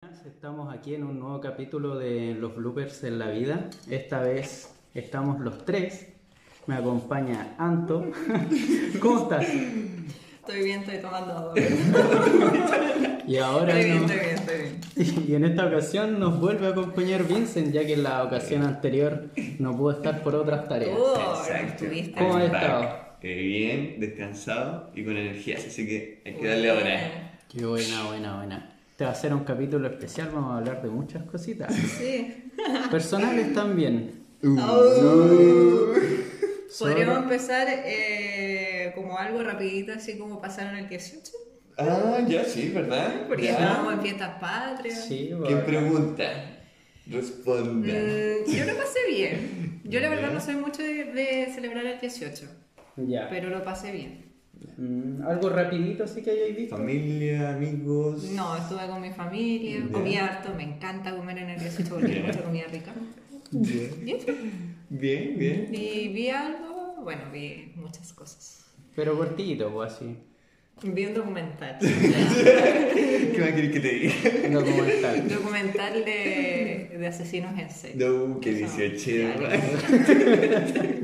buenas, estamos aquí en un nuevo capítulo de Los Bloopers en la Vida. Esta vez estamos los tres. Me acompaña Anto. ¿Cómo estás? Estoy bien, estoy tomando agua. Y ahora estoy bien, nos- estoy bien, estoy bien. Y en esta ocasión nos vuelve a acompañar Vincent, ya que en la ocasión anterior no pudo estar por otras tareas. Oh, Exacto. estuviste. ¿Cómo has Back. estado? Eh, bien, descansado y con energía, así que hay que darle ahora. Qué buena, buena, buena. Este va a ser un capítulo especial, vamos a hablar de muchas cositas. Sí. Personales también. Oh. Sobre- Podríamos empezar eh, como algo rapidito, así como pasaron el 18. Ah, ya sí, ¿verdad? Porque Ya. estábamos en fiestas patrias. Sí, ¿Quién bueno. pregunta? Responda. Mm, yo lo pasé bien. Yo la verdad no soy mucho de, de celebrar el 18, Ya. pero lo pasé bien. Mm, algo rapidito así que hayáis visto. Familia, amigos. No, estuve con mi familia, comí harto, me encanta comer en el 18 porque hay Bien. mucha comida rica. Bien, Y eso. bien, bien. Y vi algo, bueno, vi muchas cosas. Pero cortito, pues así. Vi un documental. ¿Qué más querés que te diga? Un documental. Un documental de, de asesinos en serie. No, que Eso. 18. Ya,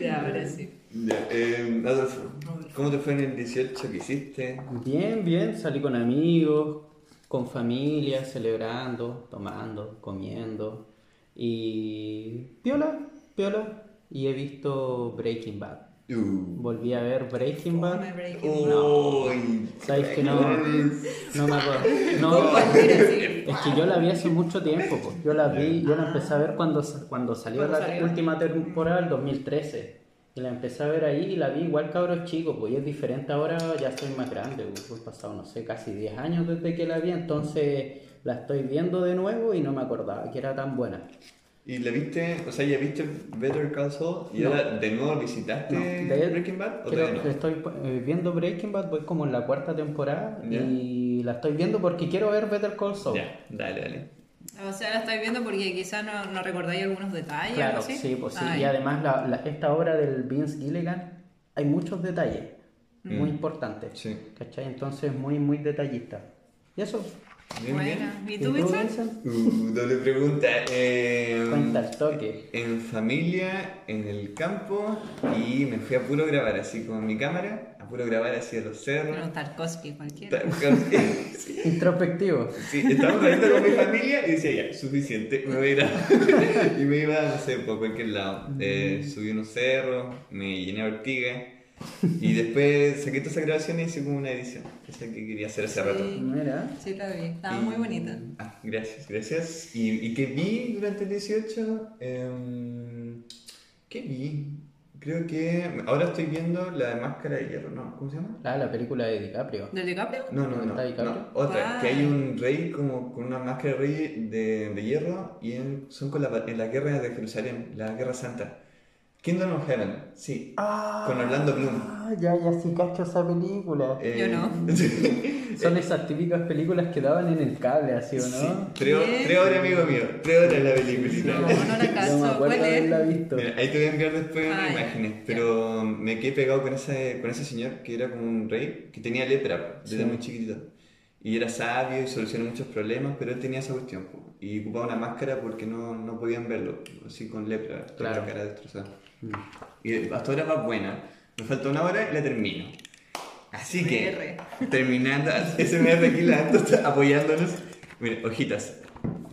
Ya, ahora sí. Ya, eh, Adolfo, ¿cómo te fue en el 18 que hiciste? Bien, bien, salí con amigos, con familia, celebrando, tomando, comiendo. Y. Piola, piola. Y he visto Breaking Bad. Uh. Volví a ver Breaking Me Bad. breaking Uy. Sabes que no. No me acuerdo. bad. No. Mira, sí. Es que yo la vi hace mucho tiempo, pues. yo la vi, yo la empecé a ver cuando, sa- cuando salió Cuando la salió. última temporada, el 2013. Y la empecé a ver ahí y la vi igual cabros chicos, pues y es diferente ahora, ya soy más grande, pues han pasado, no sé, casi 10 años desde que la vi, entonces la estoy viendo de nuevo y no me acordaba que era tan buena. ¿Y la viste, o sea, ya viste Better Call Saul y No. ahora de nuevo visitaste No, de- Breaking Bad? ¿O creo todavía que no? estoy eh, viendo Breaking Bad, voy como en la cuarta temporada Ya. y la estoy viendo porque quiero ver Better Call Saul. Ya, dale, dale. O sea, la estáis viendo porque quizás no, no recordáis algunos detalles. Claro, ¿no? sí, pues sí. Ay. Y además la- la- esta obra del Vince Gilligan, hay muchos detalles muy importantes. Mm. Sí. ¿Cachai? Entonces muy, muy detallista. Y eso. Bien, Bueno, bien. ¿y tú, Vincent? Uh, doble pregunta. eh, Cuenta el toque. En familia, en el campo y me fui a puro grabar así con mi cámara, a puro grabar así a los cerros. Bueno, Tarkovsky, cualquiera. Sí, Introspectivo. estaba grabando con mi familia y decía ya, suficiente, me voy a ir a-". Y me iba, no sé, por cualquier lado. Eh, subí unos cerros, me llené de ortiga y después saqué todas esas grabaciones y hice como una edición. Esa que quería hacer hace rato. Sí. Mira. Sí, la vi. Estaba Y- muy bonita. Ah, gracias, gracias. Y, y que vi durante el 18, em, ¿qué vi? Creo que ahora estoy viendo la de Máscara de Hierro, ¿no? ¿Cómo se llama? Ah, la película de DiCaprio. ¿De DiCaprio? No, no, no, ¿Está DiCaprio? no, otra, Ah. que hay un rey como con una máscara de rey de, de hierro y en- son con la, en la guerra de Jerusalén, la guerra santa. Kingdom of Heaven, sí, con Orlando Bloom. Ah, ya, ya sí cacho esa película. Eh, no. Son esas típicas películas que daban en el cable, así o no. sí, tres hor- Bien. tres horas, amigo mío, tres horas la No, película. no la No me cacho. acuerdo ¿Cuál es? haberla visto. Mira, ahí te voy a enviar después unas Ah, ya, imágenes, ya. pero me quedé pegado con ese, con ese señor que era como un rey, que tenía lepra desde Sí. muy chiquitito. Y era sabio y solucionó muchos problemas, pero él tenía esa cuestión. po, Y ocupaba una máscara porque no, no podían verlo, así con lepra, toda Claro. Mm. la cara destrozada. Y hasta ahora va buena. Me falta una hora y la termino. Así que, terminando, SMR aquí la apoyándonos. Mira, hojitas.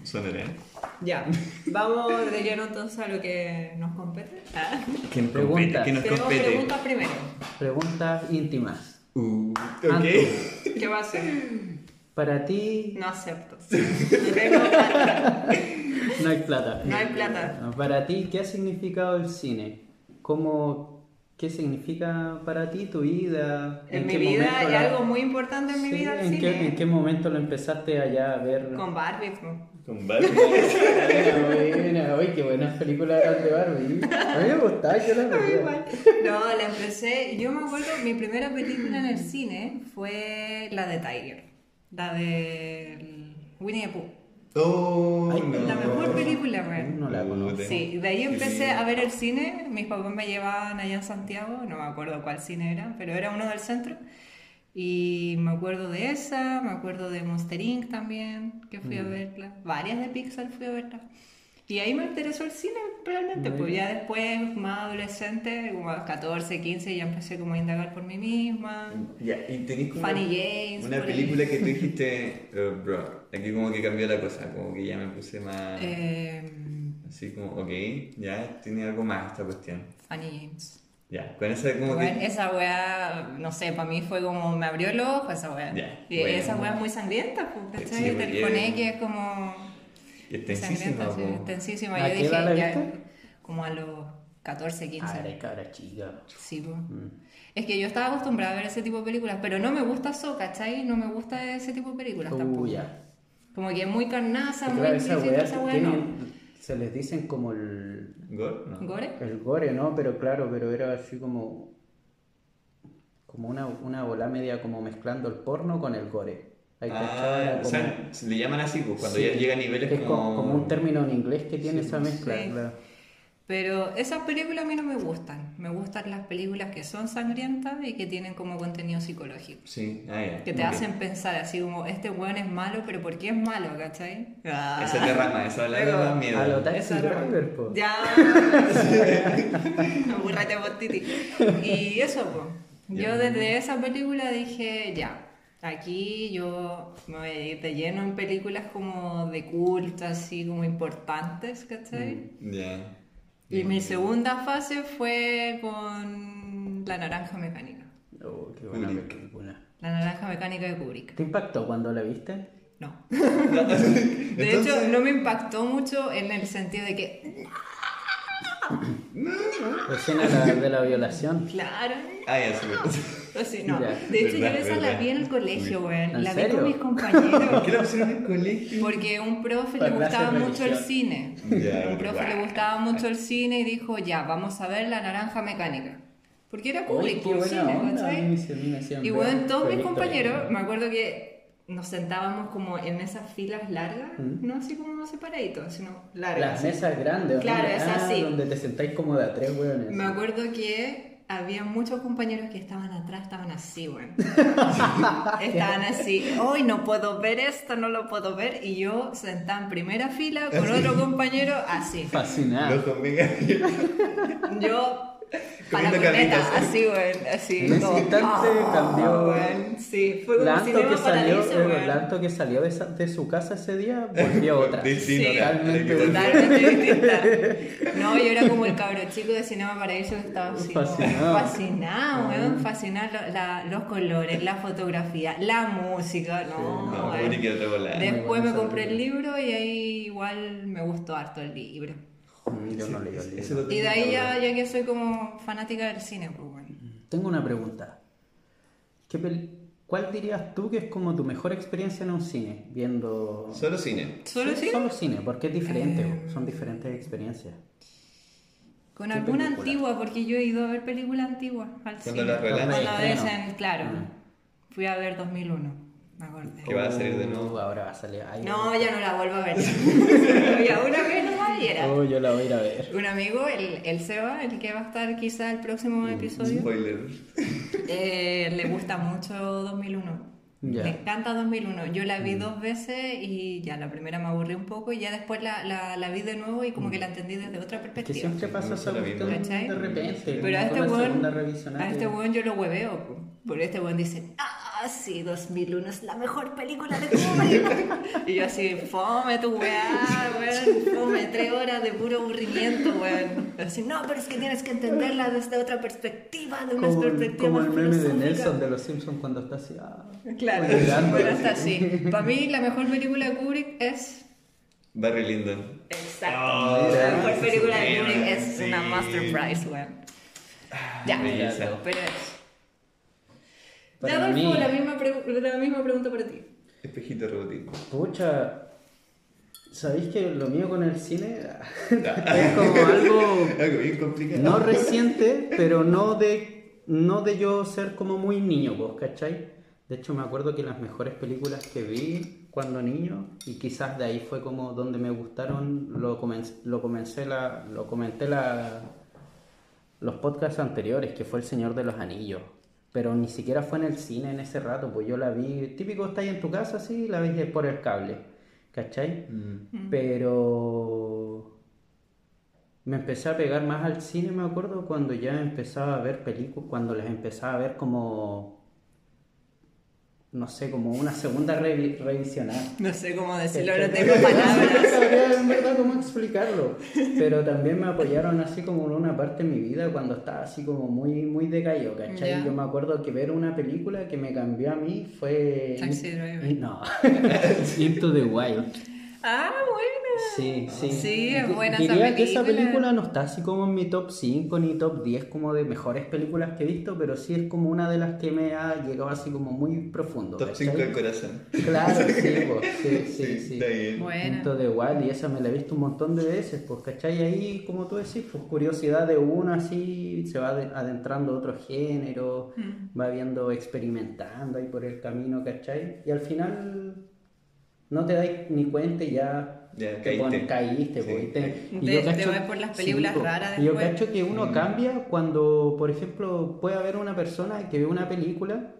Sonora, ¿eh? Ya. Vamos de lleno entonces a lo que nos compete. Ah. Que nos Preguntas. compete, que nos Tenemos compete. preguntas primero. Preguntas íntimas. Uh, Anto. ok. ¿Qué va a ser? Para ti No acepto. Tengo plata. no hay plata. No hay plata. Para ti, ¿qué ha significado el cine? ¿Cómo, ¿Qué significa para ti tu vida? En mi qué vida momento hay la- algo muy importante en mi Sí, vida el ¿en cine. Qué, ¿En qué momento lo empezaste allá a ver? Con Barbie. po. Con Barbie. Buena, uy, qué buenas películas eran de Barbie. A mí me gustaba, yo las veía. No, la empecé. Yo me acuerdo, mi primera película en el cine fue la de Tiger. La de Winnie the Pooh. Oh, Ay, no. La mejor película, weón. No la conozco. Sí, de ahí empecé a ver el cine. Mis papás me llevaban allá en Santiago, no me acuerdo cuál cine era, pero era uno del centro. Y me acuerdo de esa, me acuerdo de Monster Inc. también, que fui a verla. Varias de Pixar fui a verla. Y ahí me interesó el cine realmente, pues ya después, más adolescente, como a los 14, 15, ya empecé como a indagar por mí misma. Ya, y tenés como Funny Games, una por ahí. película que tú dijiste, eh, bro, aquí como que cambió la cosa, como que ya me puse más... Eh, Así como, ok, ya tiene algo más esta cuestión. Funny Games. Ya, con esa como Bueno, que... esa weá, no sé, para mí fue como, me abrió el ojo esa weá. Ya, y bueno. esa weá es muy sangrienta, pues, ¿cachai? Sí, Y porque- Terconé, que es como y Extensísima, sangrienta, sí, po. extensísima. ¿A Yo qué dije, edad la ya, viste? como a los 14, 15. Ah, eres cabra chica. Sí, po. Mm. Es que yo estaba acostumbrada a ver ese tipo de películas, pero no me gusta eso, ¿cachai? No me gusta ese tipo de películas tampoco. Uy, ya. Como que es muy carnaza, muy Claro, esa explícita, weá esa weá no. tienen- se les dicen como el, ¿Gore? No. ¿Gore? el gore, ¿no? Pero claro, pero era así como como una, una bola media como mezclando el porno con el gore. Ahí cachaba, Ah, era o sea, se le llaman así, pues, cuando sí, ya llega a niveles es co- como... como un término en inglés que tiene esa mezcla. Sí. claro. Pero esas películas a mí no me gustan. Me gustan las películas que son sangrientas y que tienen como contenido psicológico. Sí, ah, ya. Que te ok. hacen pensar así como, este weón es malo, pero ¿por qué es malo, cachai? Ah. Esa te rama, esa la Pero- da A lo miedo. Taxi Esa era- Driver, po. Ya. Aburrate vos, Titi. Y eso, pues. Yo desde esa película dije, ya, aquí yo me voy a ir de lleno en películas como de culto, así como importantes, ¿cachai? Mm, Ya. Y mi segunda fase fue con La Naranja Mecánica. Oh, qué buena Kubrick. película. La Naranja Mecánica de Kubrick. ¿Te impactó cuando la viste? No. De Entonces, hecho, no me impactó mucho en el sentido de que, La escena de la- de la violación. claro, ¿eh?". Ah, ya, sí. O sea, no. Ya. de hecho, Verdad, yo esa verdad. la vi en el colegio, ¿En weón. La vi serio? con mis ¿Por qué compañeros. la pusieron en colegio? Porque a un profe le Para clase gustaba de mucho el religión. Ah, cine. Ya, un profe guau. le gustaba mucho el cine y dijo, ya, vamos a ver la naranja mecánica. Porque era Uy, público, qué buena cine, onda. ¿cachai? a mí se me hacían Y ver bueno, todos mis películas. compañeros, me acuerdo que nos sentábamos como en esas filas largas, no así como separaditos, sino largas. ¿Mm? Las mesas grandes, ¿no? Claro, es Ah, así. Donde te sentáis como de a tres hueones. Me acuerdo que había muchos compañeros que estaban atrás, estaban así, weón. estaban así, hoy no puedo ver esto, no lo puedo ver. Y yo sentada en primera fila con otro compañero así. Fascinado. Los amigos. Yo para la Comiendo cuneta, cabritas. así, weón. Así, Ah, En ese instante cambió. weón. Sí, fue como La un Anto cinema que salió, paradiso, eh, weón. la Anto que salió de, esa- de su casa ese día volvió otra. Distinta, Sí. Totalmente distinta. Totalmente distinta. No, yo era como el cabro chico de Cinema Paraíso que estaba así. como Fascinado. Fascinado, weón. Fascinado lo- la- los colores, la fotografía, la música. No, No, weón. Kubrick y otra bola. Muy Después bueno me esa compré el película. libro y ahí igual me gustó harto el libro. Mm, Yo no leí el libro. Eso lo Y de tengo ahí ya, guardado. ya que soy como fanática del cine, pues bueno. Tengo una pregunta. ¿Qué pel- ¿Cuál dirías tú que es como tu mejor experiencia en un cine? Viendo. Solo cine. ¿Solo Sí, cine? Ah. Solo cine, porque es diferente, bo, son diferentes experiencias. Con ¿Qué alguna película? antigua, porque yo he ido a ver películas antiguas al Cuando cine. las relanzan. Cuando la Reestrenan. dicen, claro. Ah. Fui a ver 2001, me Que acordé. va a salir de Oh, nuevo. Ahora va a salir. Ay, No, ya no la vuelvo a ver. ya una vez nomás y era. Oh, yo la voy a ir a ver. Un amigo, el, el Seba, el que va a estar quizá el próximo Mm, episodio, Spoiler. eh, le gusta mucho 2001. Ya. Mm. Le encanta 2001. Yo la vi dos veces y ya la primera me aburrí un poco y ya después la, la, la vi de nuevo y como que la entendí desde otra Mm. Es que perspectiva. siempre pasa esa Lo mismo. cuestión ¿Cachai? de repente. Pero a como este con la segunda weón, revisionada a este que- weón yo lo hueveo, po. porque este weón dice, ah, sí, 2001 es la mejor película de Kubrick. y yo así, fome tu weá, weón, fome, tres horas de puro aburrimiento, weón. Así, no, pero es que tienes que entenderla desde otra perspectiva, de una Como, el- perspectiva como el más meme de filosófica". Nelson de los Simpsons cuando está así. ah, Claro, llorando. bueno, está así. Para mí la mejor película de Kubrick es... Barry Lyndon. Exacto. la Ah, mira. mejor Sí, película de bueno, Kubrick es sí. una Master Prize, weón. Ya, belleza. pero es... Para Ya, Adolfo, mí- la misma, pregu- la misma pregunta para ti. Espejito robótico. Pucha, ¿sabéis que lo mío con el cine es como algo Algo bien complicado. no reciente, pero no de, no de yo ser como muy niño, vos, ¿cachai? De hecho, me acuerdo que las mejores películas que vi cuando niño, y quizás de ahí fue como donde me gustaron, lo, comencé, lo, comencé la, lo comenté la, los podcasts anteriores, que fue El Señor de los Anillos. Pero ni siquiera fue en el cine en ese rato, pues yo la vi, típico está ahí en tu casa, sí, la ves por el cable, ¿cachai? Mm. Pero me empecé a pegar más al cine, me acuerdo, cuando ya empezaba a ver películas, cuando las empezaba a ver como, no sé, como una segunda revi- revisionada. No sé cómo decirlo, Este, no tengo palabras. sabría en verdad cómo explicarlo. Pero también me apoyaron así como en una parte de mi vida cuando estaba así como muy, muy decaído, ¿cachai? Ya. Yo me acuerdo que ver una película que me cambió a mí fue. Taxi Driver. No. Into the Wild. Ah, bueno. Sí, sí. Sí, es Di- buena esa Diría que esa película. película no está así como en mi top 5 ni top 10 como de mejores películas que he visto, pero sí es como una de las que me ha llegado así como muy profundo. Top ¿cachai? 5 del corazón. Claro, sí, po, sí, sí, sí. Está bien. Bueno. Punto de igual, y esa me la he visto un montón de veces, pues, ¿cachai? Ahí, como tú decís, pues curiosidad de uno así, se va ade- adentrando a otro género, Mm. va viendo, experimentando ahí por el camino, ¿cachai? Y al final no te das ni cuenta y ya Ya, te caíste. pones- caíste, Sí, pues, y te, y Te- te vas por las películas pues, raras y yo después. cacho que uno Mm. cambia cuando, por ejemplo, puede haber una persona que ve una película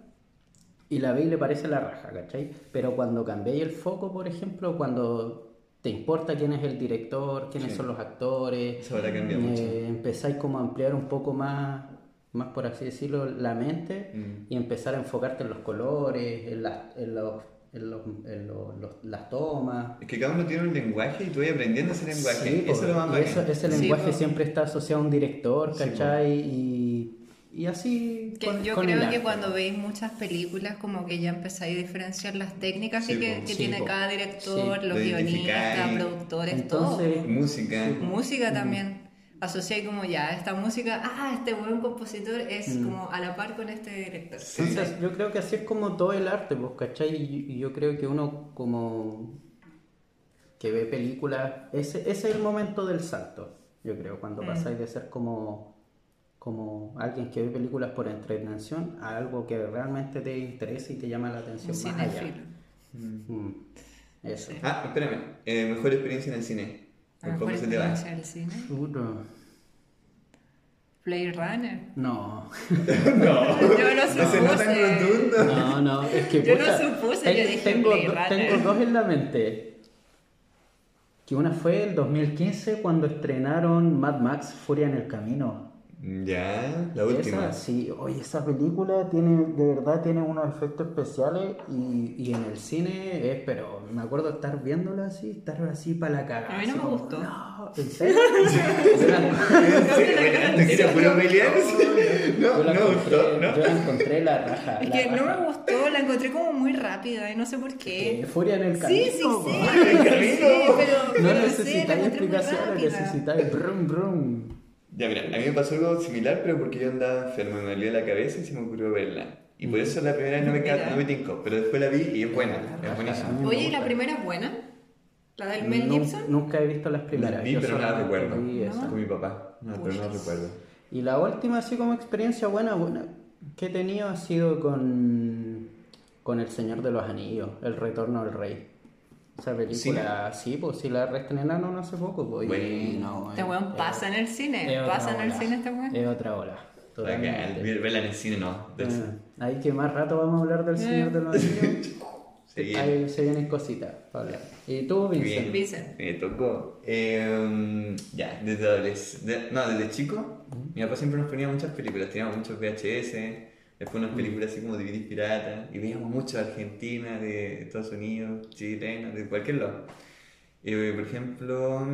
y la ve y le parece la raja, ¿cachai? Pero cuando cambiáis el foco, por ejemplo, cuando te importa quién es el director, quiénes Sí. son los actores, Eso habrá cambiado eh, mucho. empezáis como a ampliar un poco más, más por así decirlo, la mente Mm. y empezar a enfocarte en los colores, en, las- en los, en los- en los- los- las tomas. Es que cada uno tiene un lenguaje y tú vas aprendiendo ese lenguaje. Sí, po, eso es lo más y bacán. eso- ese Sí, lenguaje po. siempre está asociado a un director, Sí, po. ¿cachai? y, y así. Que con- yo con el creo que arte. cuando veis muchas películas como que ya empezáis a diferenciar las técnicas que, Sí, que po. que Sí, tiene po. cada director, Sí. los Lo guionistas, identificáis. productores, Entonces, Música. Sí, todo. Música también. Asociáis como ya, esta música, ah, este buen compositor es como a la par con este director. Sí. Entonces, yo creo que así es como todo el arte, pues, ¿cachai? Y y yo creo que uno como que ve películas, ese, ese es el momento del salto, yo creo, Mm. cuando pasáis de ser como, como alguien que ve películas por entretención a algo que realmente te interesa y te llama la atención Un más allá. cinéfilo. Mm. Eso. Ah, espérame. Eh, mejor experiencia en el cine. La ¿Cómo mejor se te va? experiencia del cine. Puta. Blade Runner. No, no. Yo no Se nota en supuse. rotundo. no, no, es que Yo no puta, supuse, ten- yo dije tengo, Blade do- Runner. tengo dos en la mente. Que una fue el 2015 cuando estrenaron Mad Max Furia en el Camino. Ya, la última. Esa, sí, oye, esa película tiene, de verdad tiene unos efectos especiales y, y en el cine es, pero me acuerdo estar viéndola así, estar así para la cara. A mí no me gustó. No, ¿en serio? ¿Te quieres puro pelear? No, yo, la no, encontré, no. yo la encontré la raja. Es la que no me raja. gustó, la encontré como muy rápida y no sé por Eh, qué. Furia en el camino. Sí, sí, sí. po. sí, pero, No pero sí, la necesitáis encontré muy explicaciones, rápida. necesitáis brum brum. Ya, mira, a mí me pasó algo similar, pero porque yo andaba enfermo, me dolía la cabeza y se me ocurrió verla. Y por eso la primera vez no me, ca- no me tincó, pero después la vi y es buena, es buenísima. Oye, ¿y la primera es buena? ¿La del Mel Nu- Gibson? Nunca he visto las primeras. La vi, yo pero no la solamente recuerdo. vi esa. Con mi papá. No, pero no la recuerdo. Y la última, así como experiencia buena, buena que he tenido ha sido con, con El Señor de los Anillos, El Retorno al Rey. Esa película, sí, pues sí la reestrenaron hace poco. Pues, y Bueno. no, Este es- weón es- pasa en el es cine. otra Pasa en el ola. cine este weón. Es otra ola. Bacán, totalmente. ver- Verla en el cine, no. De- Ah, ahí que más rato vamos a hablar Eh. del Señor de los Anillos. Sí. Ahí se vienen cositas para hablar. ¿Y tú, Vincent? Vincent. Me tocó. Eh, ya, desde adolesc- de- no, desde chico, mi papá siempre nos ponía muchas películas. Teníamos muchos VHS, después unas películas así como DVDs pirata, y veíamos mucho de Argentina, de Estados Unidos, chilenos, de cualquier lado. Eh, por ejemplo,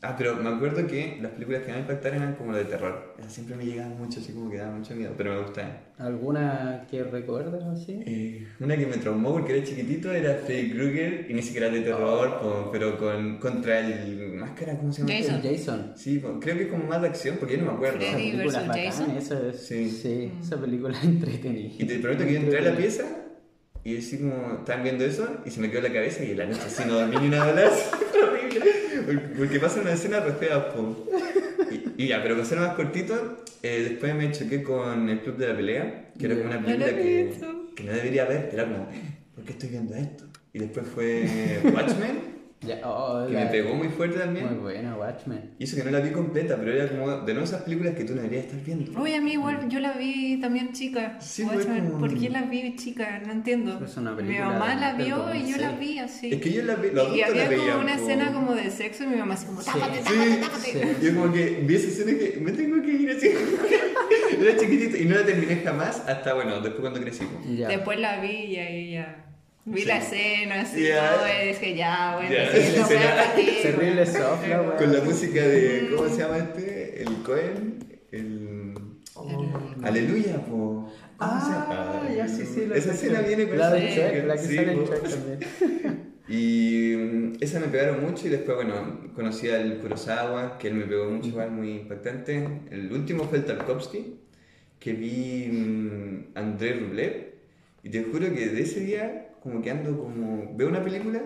ah, pero me acuerdo que las películas que más me impactaron eran como las de terror. Esas siempre me llegaban mucho, así como que daban mucho miedo, pero me gustaban. ¿Alguna que recuerdas así? Eh, una que me traumó porque era chiquitito era Freddy Krueger y ni siquiera de terror, po, pero con, contra el máscara, ¿cómo se llama? Jason. Jason. Sí, po, creo que es como más de acción porque yo no me acuerdo. Esa Freddy. película es versus Jason. Mm. bacán, esa es- Sí. sí. esa película es entretenida. Y te prometo que yo entré a la pieza y así como estaban viendo eso y se me quedó en la cabeza y en la noche así no dormí ni una hora. porque pasa una escena re fea, po. Y, y ya, pero para ser más cortito, eh, después me choqué con el Club de la Pelea, que era como No una lo película he que, visto. que no debería ver. Era como, ¿por qué estoy viendo esto? Y después fue Watchmen. Ya, oh, que la- me pegó muy fuerte también. Muy buena, Watchmen. Y eso que no la vi completa, pero era como de nuevo esas películas que tú no deberías estar viendo. Uy, a mí igual yo la vi también chica. Sí, Watchmen, fue como- ¿Por qué la vi chica? No entiendo. Es una mi película mamá la del vio y yo la 2006. vi así. Es que yo la vi, los y adultos la había veían. como una po. escena como de sexo y mi mamá así como, Sí. tápate, tápate, Sí, tápate. sí. yo como que vi esa escena que me tengo que ir así. Era chiquitito y no la terminé jamás hasta, bueno, después cuando crecí. po. Ya. Después la vi y ahí ya. Vi Sí. la escena, así, Ya. todo, y dije, ya, bueno, Ya, sí, la no voy escena. a partir. Se ríe el soft, la wea. Con la música de, ¿cómo se llama este? El Cohen, el... Aleluya, po. ¿Cómo se llama? Ah, ya sí, sí. la Esa caché. escena viene con La esa de música, Chuck, la que sí, sale en po. Chuck también. Y mm, esa me pegaron mucho y después, bueno, conocí al Kurosawa, que él me pegó mucho, igual, muy impactante. El último fue el Tarkovsky, que vi mm, André Rublev. Y te juro que de ese día, como que ando como... Veo una película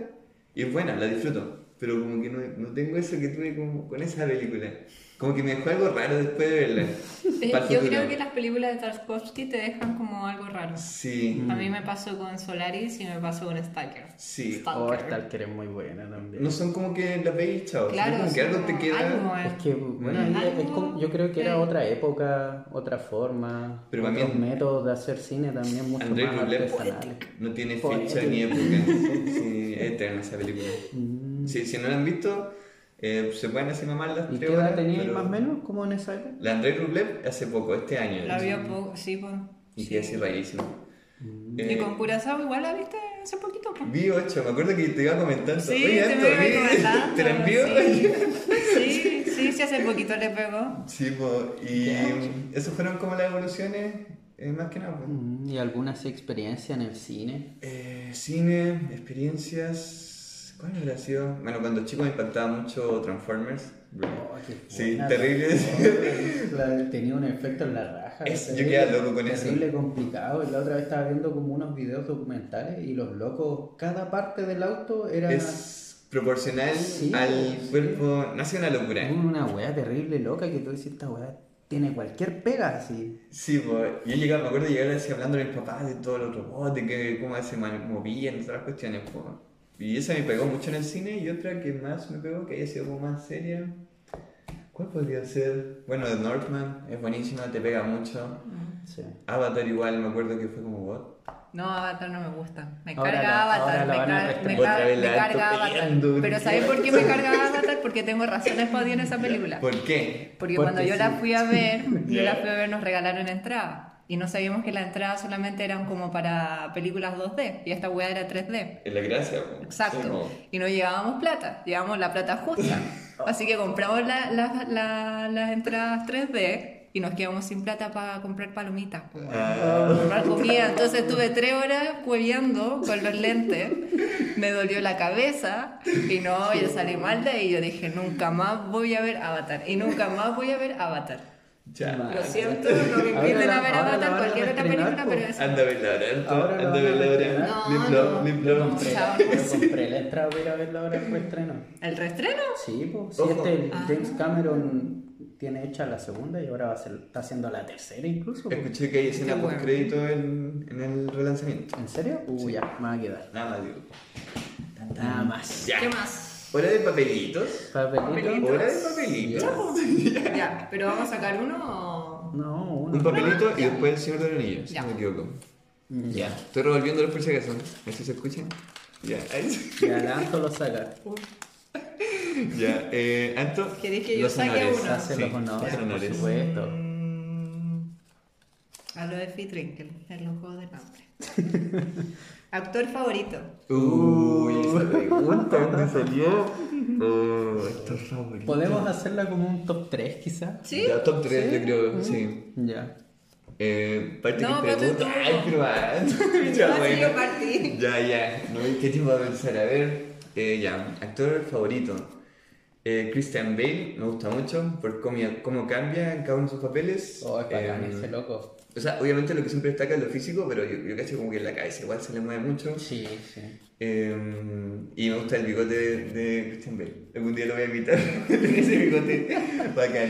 y es buena, la disfruto. Pero como que no, no tengo eso que tuve como con esa película. Como que me dejó algo raro después de verla. Eh, Pa'l Yo futuro. creo que las películas de Tarkovsky te dejan como algo raro. Sí, A mí me pasó con Solaris y me pasó con Stalker. sí. Oh, Stalker es muy buena también. No son como que las veis, chao. sino Claro, como que sí, algo te como queda... algo, eh. Es que, bueno, Bueno. es- es como- yo creo que era Sí. otra época, otra forma, Pero otros también- métodos de hacer cine también mucho André más Rublev. artesanales. No tiene Poético. fecha ni época. Sí, es eterna esa película. Sí, si no la han visto, eh, se pueden hacer mamar las Mm. ¿Y tres qué edad horas, teníais pero- más o menos como en esa época? La André Rublev hace poco, este año. La ¿no? vio poco, sí, pues. Y sí. que así rarísimo. Mm. Eh, Y con Curazao igual la viste hace poquito, pues. Vi 8, me acuerdo que te iba comentando. Sí, Oye, te esto, me vi- iba comentando. ¿Te la envío? Sí, sí, sí, sí, hace poquito le pegó. Sí, po, y mm, esas fueron como las evoluciones, eh, más que nada. po. Mm, ¿Y alguna así experiencia en el cine? Eh, cine, experiencias. ¿Cuál habrá sido? Bueno, cuando chico me impactaba mucho Transformers. Oh, Sí, terrible. La- tenía un efecto en la raja. Es- yo terrible- quedaba loco con eso. Terrible complicado. Y la otra vez estaba viendo como unos videos documentales y los locos, cada parte del auto era es proporcional Sí, Mm. al sí. cuerpo. No hace una locura. una weá terrible loca que tú decís, esta weá tiene cualquier pega así. Sí, pues yo llegaba, me acuerdo de llegar así hablando a mis papás de todos los robots, de que, cómo se man- movían, todas las cuestiones. pues. Y esa me pegó mucho en el cine y otra que más me pegó, que haya sido como más seria. ¿Cuál podría ser? Bueno, The Northman es buenísima, te pega mucho. Sí. Avatar igual, me acuerdo que fue como what. No, Avatar no me gusta. Me Ahora carga la- ahora Avatar. la Me, van a car- me, restringir. car- Otra vez me la carga estoy Avatar. peleando, Pero ¿por ¿sabes qué? por qué me carga Avatar? Porque tengo razones para odiar esa película. ¿Por qué? Porque, Porque cuando yo la sí. fui a ver, yo Ya. la fui a ver, nos regalaron entrada. Y no sabíamos que la entrada solamente eran como para películas 2D. Y esta weá era 3D. Es la gracia, pues. Sí, Exacto. pues. Y no llevábamos plata, llevábamos la plata justa. Así que compramos la- la- la- las entradas 3D y nos quedamos sin plata para comprar palomitas. po, weón. Ah. Comprar comida. Entonces estuve tres horas cueviando con los lentes. Me dolió la cabeza y no, yo salí mal de ahí. Yo dije, nunca más voy a ver Avatar. Y nunca más voy a ver Avatar. Ya. Lo siento, no me Ah, Ahora inviten la- a ahora ver la Avatar, van a cualquier otra estrenar, película, po. pero eso. Anda a verla ahora, Anto, Ahora la anda a ¿eh? van a verla ahora. estrenar. No, Lip no. Love, Lip Love. No. Compré, Chao. yo compré la entrada para ir a verla ahora en estreno. ¿El reestreno? Sí, pues. Si Ojo. este el Ah. James Cameron tiene hecha la segunda y ahora va a ser- está haciendo la tercera incluso. po. Escuché que hay escena Qué bueno. post crédito en, en el relanzamiento. ¿En serio? Uh, ya, me va a quedar. Nada más digo. Nada más. Ya. ¿Qué más? Hora de papelitos. Papelito. Hora de papelitos. Ya, pero vamos a sacar uno. o- No, uno. Un papelito y después el señor de los anillos, si Ya. no me equivoco. Ya. Estoy revolviendo los si acaso. ¿Así se escucha? Ya. ahí- Ya, la Anto lo saca. Ya. Eh, Anto. ¿Querés que yo los saque honores. uno? Hace Sí, los honores, los por honores. supuesto. Mm, Hablo de Fit Drinkel, en los juegos del hambre. Actor favorito. Uy, Uh. esa pregunta, ¿dónde salió? Oh, esto es favorito. Podemos hacerla como un top 3 quizás. ¿Sí? Ah, Mm. Ya, top 3, yo creo, sí. Ya. Eh, parte No, que pero tú- pregunta. Ay, pero ah, No, ya, sí, bueno. yo partí. Ya, ya. No vi qué tiempo va a pensar. A ver, eh, ya. Actor favorito. Eh, Christian Bale, me gusta mucho por cómo, cómo cambia en cada uno de sus papeles. Oh, es bacán Eh, ese loco. O sea, obviamente lo que siempre destaca es lo físico, pero yo, yo cacho como que en la cabeza igual se le mueve mucho. Sí, sí. Eh, y me gusta el bigote de, de Christian Bale. Algún día lo voy a imitar. Ese bigote. bacán.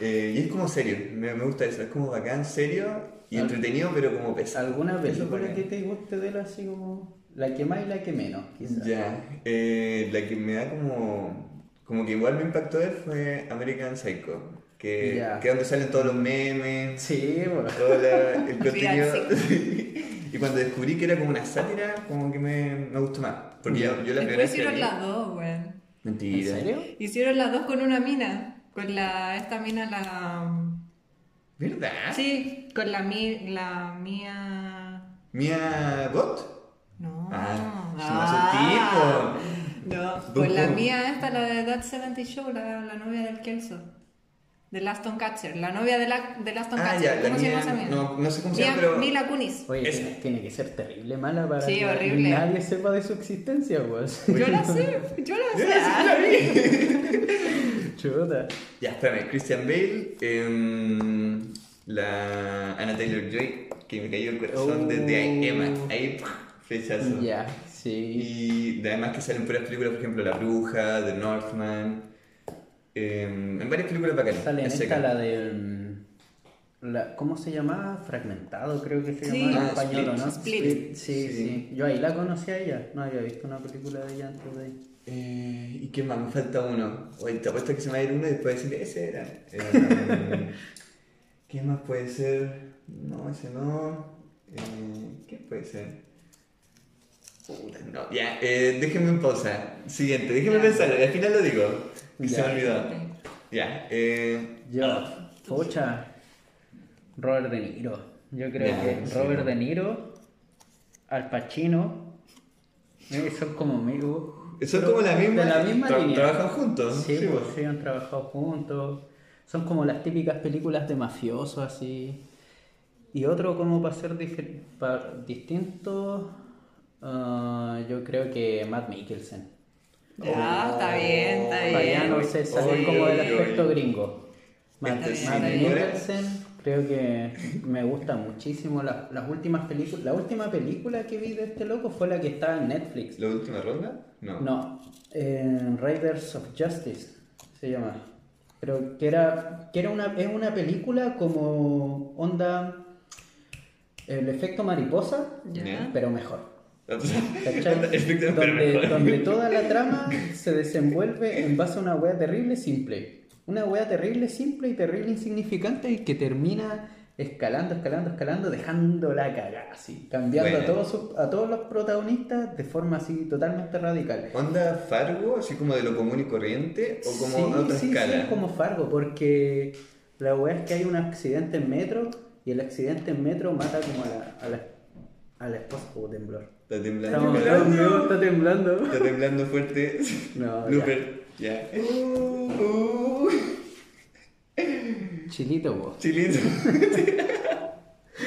Eh, y es como serio. Me, me gusta eso. Es como bacán, serio y Al- entretenido, pero como pesado. ¿Alguna Eso es película bacán. que te guste de él así como.? La que más y la que menos, quizás. Ya, eh, la que me da como, como que igual me impactó de él fue American Psycho, que, Ya. que es donde salen todos los memes, Sí, bueno. todo la- el contenido. Real y cuando descubrí que era como una sátira, como que me, me gustó más. Porque yo, yo la primera Después vez que la hicieron vi- las dos, weón. ¿En Mentira. serio? Hicieron las dos con una mina. Con la. Esta mina, la. mm, ¿Verdad? Sí, con la, mi, la mía. ¿Mia Bot? No. Ah, Ah. se No, Bum, con la bum. mía, esta, la de That 70 Show, la, la novia del Kelso. De Aston Catcher. La novia de, la, de Aston Ah, Catcher. ya, la ¿Cómo se llama esa mía. mina? No, no sé cómo se Mia- llama, pero. Mila Kunis. Oye, Esa. tiene- tiene que ser terrible mala para Sí, que horrible. nadie sepa de su existencia, weón. Yo la sé, yo la sé. Pues Yo la vi. Chuta. Ya, espérame, Christian Bale, em, la Anna Taylor Joy, que me cayó el corazón Oh. desde ahí, Emma, ahí, ¡puf! flechazo. Ya, sí. Y de- además que salen puras películas, por ejemplo, La Bruja, The Northman, em, en varias películas bacanas. Sale en es esta seca. la del. mm, la- ¿Cómo se llamaba? Fragmentado, creo que se Sí. llamaba Ah, en español, ¿no? Sí, Split. Sí. sí, Yo ahí la conocí a ella. No había visto una película de ella antes de ahí. Eh, ¿Y qué más? Me falta uno. Oye, te apuesto que se me va a ir uno y después decir, ese era. Em, ¿Qué más puede ser? No, ese no. Eh, ¿Qué puede ser? Puta, no. Ya, eh, déjenme en pausa. Siguiente, déjenme Ya. pensar. Al final lo digo. Que se Ya. me olvidó. Ya, eh. Yo, ah, pocha. Robert De Niro. Yo creo Ya, que sí. Robert De Niro, Al Pacino, eh, son como amigos. son como la misma. De la misma tra- línea. Trabajan juntos. Sí, vos. pues, sí, han trabajado juntos. Son como las típicas películas de mafiosos así. Y otro como para ser difer- pa- distinto, ah, yo creo que Matt Mikkelsen. Ya, está bien, está Para ya bien. no sé, salir Oye, como del oye, aspecto oye. gringo. Matt, Este sí, Matt está bien. Mikkelsen, creo que me gusta muchísimo. Las, las últimas películas, la última película que vi de este loco fue la que estaba en Netflix. ¿La última ronda? No. No, eh, Raiders of Justice se llama. Pero que era, que era una, es una película como onda el efecto mariposa, Ya. pero mejor. ¿cachai? Espectacular, pero donde, mejor. donde toda la trama se desenvuelve en base a una wea terrible simple. Una wea terrible simple y terrible insignificante y que termina escalando, escalando, escalando, dejando la cagada así, cambiando Buena. a, todos sus- a todos los protagonistas de forma así totalmente radical. ¿Onda Fargo, así como de lo común y corriente? ¿O como sí, en otra sí, escala? sí, es como Fargo, porque la weá es que hay un accidente en metro y el accidente en metro mata como a la, a la, a la esposa. o temblor. Está temblando. Estamos- estamos- está temblando. Está temblando fuerte. No, Blooper. Ya. Uh, uh. Chilito vos. Chilito.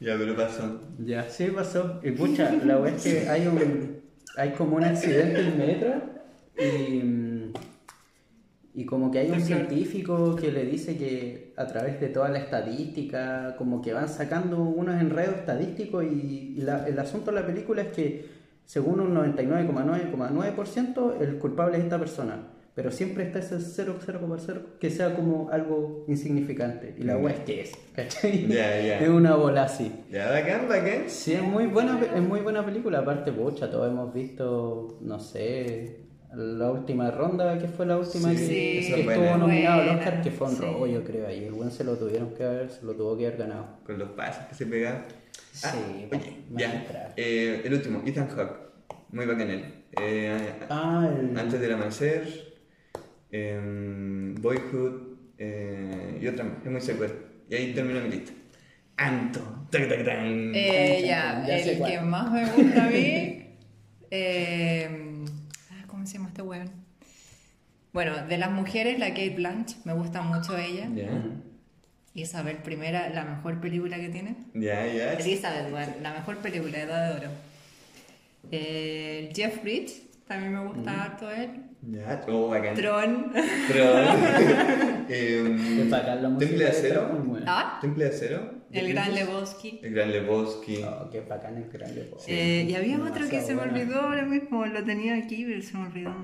ya, pero pasó. Ya, sí pasó. Y pucha, la weá es que hay un. hay como un accidente en metro y. mm, Y como que hay un científico que le dice que a través de toda la estadística, como que van sacando unos enredos estadísticos y, y la- el asunto de la película es que según un 99,9,9% el culpable es esta persona. Pero siempre está ese 0,0,0 que sea como algo insignificante. Y la weá es que es, ¿cachai? Ya, ya. Es una bola así. Ya, bacán, bacán. Sí, es muy buena, es muy buena película. Aparte, pucha, todos hemos visto, no sé, la última ronda, que fue la última Sí, que, sí, que esa es estuvo buena. nominado al Buena, Oscar, que fue un sí. robo, yo creo. Ahí el buen se lo tuvieron que haber, se lo tuvo que haber ganado. Con los pasos que se pegaban. Ah, Sí, pues, oye, más ya. atrás. Eh, el último, Ethan Hawke. Muy bacán él. Eh, Ah, el- Antes del amanecer, em, Boyhood eh, y otra más, es muy secuel. Y ahí termina mi lista. Anto, tac, tac, tan. Eh, ya, Ya sé el cuál. que más me gusta a mí. eh, ah, ¿Cómo se llama este weón? Bueno, de las mujeres, la Kate Blanch, me gusta mucho ella. Ya, Isabel Primera, la mejor película que tiene. ya, ya. Elizabeth, weón, la mejor película, Edad de Oro. Eh, Jeff Bridge, también me gusta Mm. harto él. Ya, oh, bacán. Tron. Tron. Em, que sacar la música Temple de de acero. Dragon, weón. Ah, Temple de acero. el Gran Lebowski. El gran Lebowski. Oh, qué bacán el gran Lepo. Eh, y había otro que Demasiado se me buena. olvidó ahora mismo, lo tenía aquí, pero se me olvidó.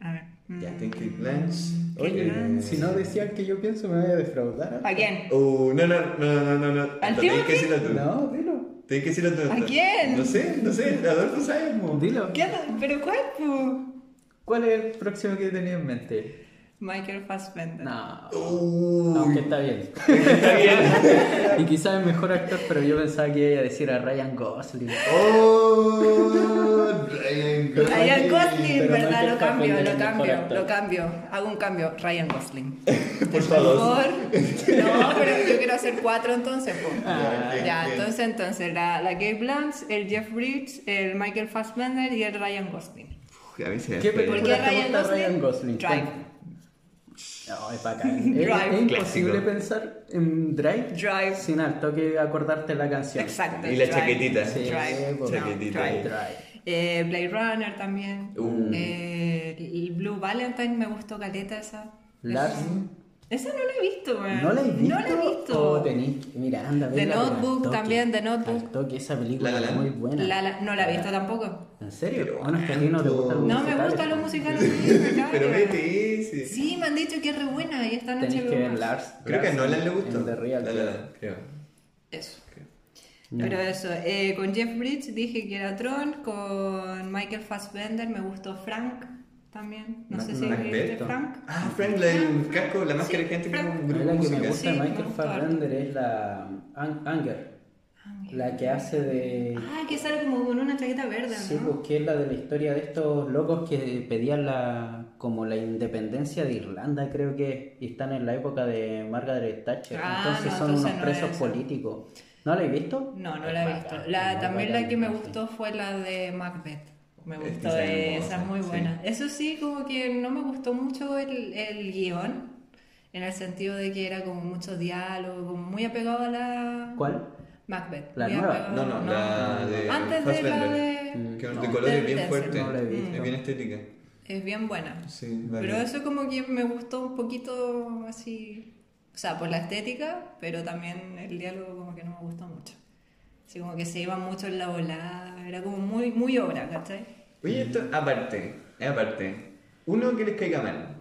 A ver. Ya, mm, ten Kate Blanch. Kate Oye. Blanch. Si no decían que yo pienso, me voy a defraudar. ¿A quién? Uh, no, no, no, no, no, no. ¿Al Tenéis Timothy? que decirlo tú. No, dilo. Tenés que decir a ¿A quién? No sé, no sé, Adolfo sabes, mo. Dilo. ¿Qué anda- ¿Pero cuál? pu? ¿Cuál es el próximo que tenía en mente? Michael Fassbender. No. Uy. Aunque está bien. Está bien. Y quizás el mejor actor, pero yo pensaba que iba a decir a Ryan Gosling. Oh, Ryan Gosling. Ryan Gosling, pero ¿verdad? Michael Lo cambio, Fassbender lo es mejor cambio, actor. lo cambio. Hago un cambio. Ryan Gosling. Por favor. No, pero yo quiero hacer cuatro entonces, po. Ah, Ya, bien. entonces, entonces, la, la Gabe Blanche, el Jeff Bridges, el Michael Fassbender y el Ryan Gosling. Uf, a mí se me ¿Qué fue. ¿Por película qué te Ryan gusta Gosling? Ryan Gosling? Drive. No, es bacán. Es, Drive. es imposible Clásico. pensar en Drive, Drive. sin al toque acordarte la canción. Exacto. Y la Drive. chaquetita. Sí, Drive. po. No, Chaquetita. Drive. Drive. Eh, Blade Runner también. Uh. Eh, el Blue Valentine me gustó caleta esa. Lars, Esa no la he visto, man. ¿no la has visto? No la he visto. Oh, tenés que- mira, anda, The verla, pero al Notebook toque. también, The Notebook. Al toque, esa película La La es Land. muy buena. La- la- no la he visto tampoco. ¿En serio? Pero Bueno, es que a ti no te gustan los No me musicales. gustan los musicales. sí, me cargan. Pero vete ese. Sí, me han dicho que es re buena y esta noche Tenés veo que ver más. Lars. Creo que a Nolan le gusta. En The Real. La La Land, creo. Eso. Pero eso, eh, con Jeff Bridges dije que era Tron, con Michael Fassbender me gustó Frank también. No, No, sé no si la he viste visto. Frank. Ah, Frank, la del casco, la máscara gigante que es un A mí grupo la de que me gusta música. de Sí, me Michael gustó harto. Fassbender es la An- Anger, la que hace de... Ah, que sale como con una chaqueta verde, Sí, ¿no? pues que es la de la historia de estos locos que pedían la como la independencia de Irlanda, creo que es, y están en la época de Margaret Thatcher. Ah, entonces no, son entonces unos no presos es esa. políticos. ¿No la has visto? No, no Es la he bacán, visto. es La, muy también bacán, la que me sí. gustó fue la de Macbeth. Me Esa gustó, es eh, hermosa, esa es muy sí. buena. Eso sí, como que no me gustó mucho el, el guión, en el sentido de que era como mucho diálogo, como muy apegado a la... ¿Cuál? Macbeth. ¿La muy nueva? Mm. apegado- No, no, la de Antes de la Fassbender. de... Que No. de color es bien Tense. fuerte. No la he visto. Es bien estética. Es bien buena. Sí, vale. Pero eso como que me gustó un poquito así, o sea, por la estética, pero también el diálogo como que no me gustó mucho. Así como que se iba mucho en la volada, era como muy, muy obra, ¿cachai? Oye, esto, aparte, eh, aparte. Uno que les caiga mal.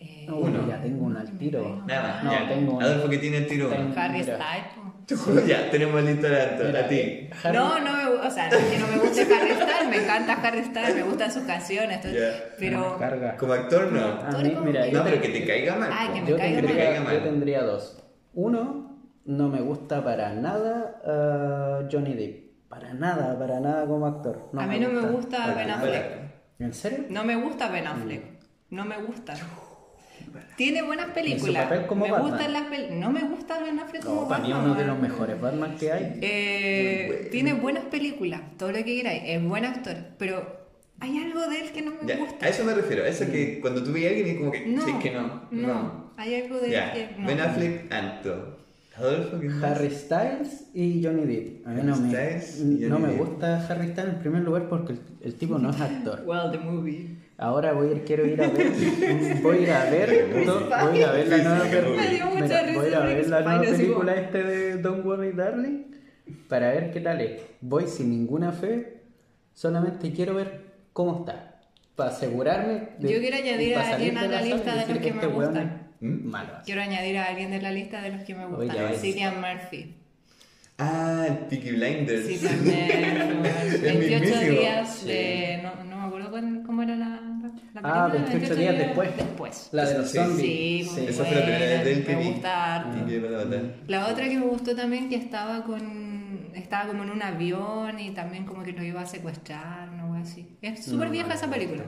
Eh, Uy, ya tengo un al tiro. Nada más. No, ya. tengo uno. Adolfo que tiene el tiro. Tengo- Harry Mira. Styles. po. Ya, tenemos listo el actor, Mira, eh. a ti. Harry- No, no me gu- o sea, no es que no me guste Harry Styles, me encanta Harry Styles, me gustan sus canciones, todo, Ya. pero... Carga. Como actor, no. Ah, A mí, Ah, mira, No, pero que te caiga mal. Ay, po. Ah, que me yo caiga Que te tendría, caiga yo mal. tendría dos. Uno, no me gusta para nada ah, Johnny Depp. Para nada, para nada como actor. A mí no me gusta Para Ben nada. Affleck. ¿En serio? No me gusta Ben Affleck. Mm. No me gusta. Tiene buenas En su películas. papel como me Batman. gustan las pel- No me gusta Ben Affleck como No, para mí Batman, uno de los weón. mejores Batman que hay. Eh, Tiene buenas películas, todo lo que queráis. Es buen actor, pero hay algo de él que no me Ya, gusta. a eso me refiero. A eso que cuando tú veías a alguien es como que. No, Sí, que no. no, Hay algo de Ya. él que no. Ben Affleck, Anto. Adolfo, ¿qué pasa? Harry Styles y Johnny Depp. A mí no Harry me, Styles y no Johnny me Depp. gusta Harry Styles en primer lugar porque el, el tipo no es actor. Well, the movie. Ahora voy a ir, quiero ir a ver, voy a ir a ver, do- voy a ir a ver la nueva Me dio película. mucha Mira, risa Voy a ir a ver Rick la nueva Spine, así película como- este de Don't Worry Darling para ver qué tal es. Voy sin ninguna fe, solamente quiero ver cómo está. Para asegurarme Yo quiero añadir para a alguien salir a la sala lista y decir de este los que me weón gustan. Mm, es Malo. Quiero añadir a alguien de la lista de los que me gustan. ya ves. Cillian Murphy. Ah, el Peaky Blinders. Sí, también. El 28 mismísimo. días de. No, no me acuerdo cuán- cómo era la. la Ah, película, 28 días después. Después. La de los Sí. zombies. Sí, muy Esa fue la primera buena, vez del que me vi. gusta harto. Peaky Blinders. La otra que me gustó también que estaba con. Estaba como en un avión y también como que lo iba a secuestrar, o algo así. Es súper vieja esa película.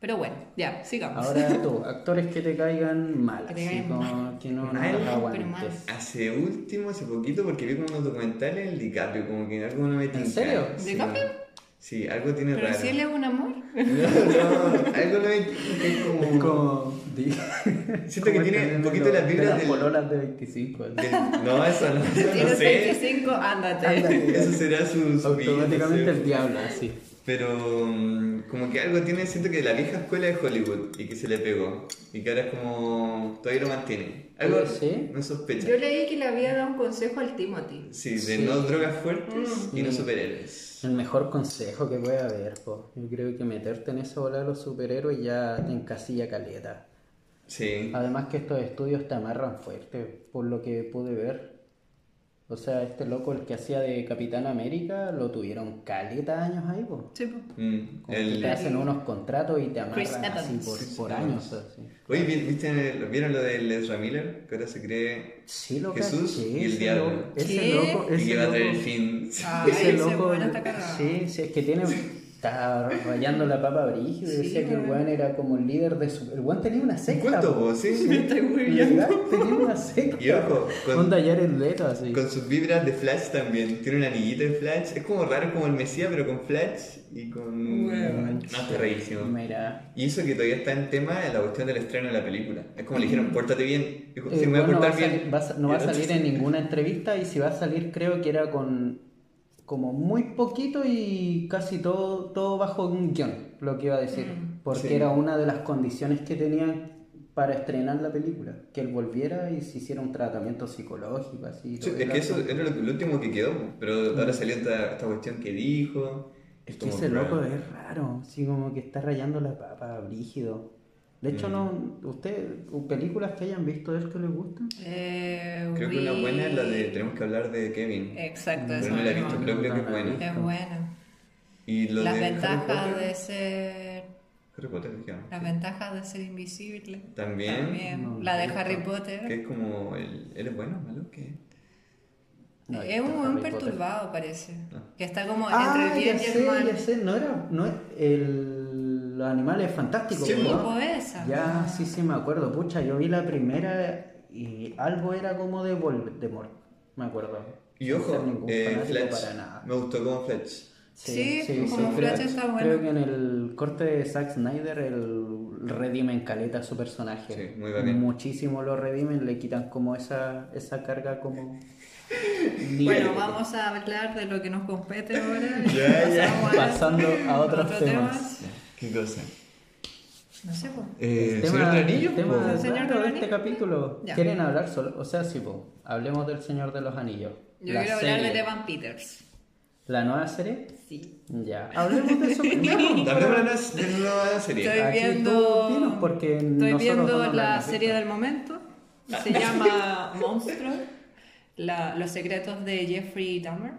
Pero bueno, ya, sigamos. Ahora tú, actores que te caigan mal, Que te así caigan como que no, no Mal, los pero aguantes. mal. Hace último, hace poquito, porque vi como unos documentales el DiCaprio, como que algo no me tinca. serio? Sí. ¿DiCaprio? Sí, algo tiene Pero raro. si él es un amor. No, no, algo no me tinca, es como... Como. di- Siento que como tiene Mm. el un poquito de las los- vibras de las del- pololas de 25. ¿no? del- No, eso no, eso no Tienes sé. 25, ándate. Eso será su... su vida, Automáticamente no sé. el diablo, ah, así. Pero mm, como que algo tiene, siento que la vieja escuela de Hollywood y que se le pegó. Y que ahora es como... todavía lo mantiene. Algo ¿Ah, Sí. no sospecha. Yo leí que le había dado un consejo al Timothy. Sí, de Sí. Mm. no drogas fuertes y no Sí. superhéroes. El mejor consejo que puede haber, po. Yo creo que meterte en esa bola de los superhéroes ya te encasilla caleta. Sí. Ah. Además que estos estudios te amarran fuerte, por lo que pude ver. O sea, este loco, el que hacía de Capitán América, lo tuvieron caleta años ahí, pues. Sí, po. Mm, Como que el- te hacen unos contratos y te Chris amarran así Evans. por, Chris por Evans. años. Así. Oye, ¿vi- ¿viste, el- ¿vieron lo de Ezra Miller? Que ahora se cree Sí, lo Jesús caché, y el ese diablo. loco- Ese ¿Qué? loco, y ese que va a traer el loco- Ah. fin. Ay, ese ese loco. weón está cagado. Sí, sí, es que tiene. Está rayando la papa brígida. Sí, decía que el weón. weón era como el líder de su. El weón tenía una secta. ¿Cuánto po. vos? Me Sí. estoy Legal, hueviando. tenía una secta. Y ojo, con- Onda Jared Leto, así. Con sus vibras de Flash también. Tiene un anillito de Flash. Es como raro como el Mesías, pero con Flash y con. Weón. No, está rarísimo. Mira. Y eso que todavía está en tema de la cuestión del estreno de la película. Es como le dijeron, pórtate bien. Dijo, Mm. Eh, sí, me voy a bueno, va a portar salir- bien. va a sa- no va a Y el otro- salir en ninguna entrevista y si va a salir creo que era con como muy poquito y casi todo, todo bajo un guión, lo que iba a decir, porque Sí. era una de las condiciones que tenían para estrenar la película, que él volviera y se hiciera un tratamiento psicológico así. Sí, todo es el que eso asunto. era lo, lo último que quedó, pero ahora salió esta, esta cuestión que dijo. Es que como ese raro. loco es raro, así como que está rayando la papa, brígido. De hecho, Mm. no, ¿usted, películas que hayan visto de él que le gustan? Eh, Creo que una we- buena es la de Tenemos que hablar de Kevin. Exacto, Pero eso no la he mismo. visto, pero creo que es buena. Es buena. Y lo Las de Harry ventajas Potter- de ser. Harry Potter, ¿qué? Las ventajas de ser invisible. También. No, La de no, Harry no. Que Potter. es como el. ¿Él es bueno o malo? ¿Qué? No, es un Harry buen Potter. perturbado, parece. Ah. Que está como Ah, entre el ya bien y sé, el mal. ya sé, no era, no es- el, los animales fantásticos, Sí, ¿no? po, esa. Ya, sí, sí, me acuerdo, pucha, yo vi la primera y algo era como de Voldemort, me acuerdo. Y Sin ser ojo, ningún eh, fanático Fletch. para nada. Me gustó como Fletch. Sí, pues, como creo- Flash está bueno. Creo que en el corte de Zack Snyder el redimen caleta a su personaje. Sí, muy bacán. Muchísimo lo redimen, le quitan como esa, esa carga como... Bueno, vamos a hablar de lo que nos compete ahora. y Ya, ya. pasamos a- Pasando a otros otro temas. ¿Qué cosa? No sé, pues. po. Eh, El tema- señor Tranillo, el tema po. del Señor rato de los de este Anillos. capítulo. Ya. ¿Quieren hablar solo? O sea, sí, po, hablemos del Señor de los Anillos. Yo La quiero hablar serie. de Evan Peters. ¿La nueva serie? Sí. Ya. Hablemos de eso primero. También hablarás de una nueva Estoy serie. Aquí viendo, tú dinos, porque estoy nosotros no viendo hablamos de la esto. serie del momento. Se llama Monstruo, la- Los secretos de Jeffrey Dahmer.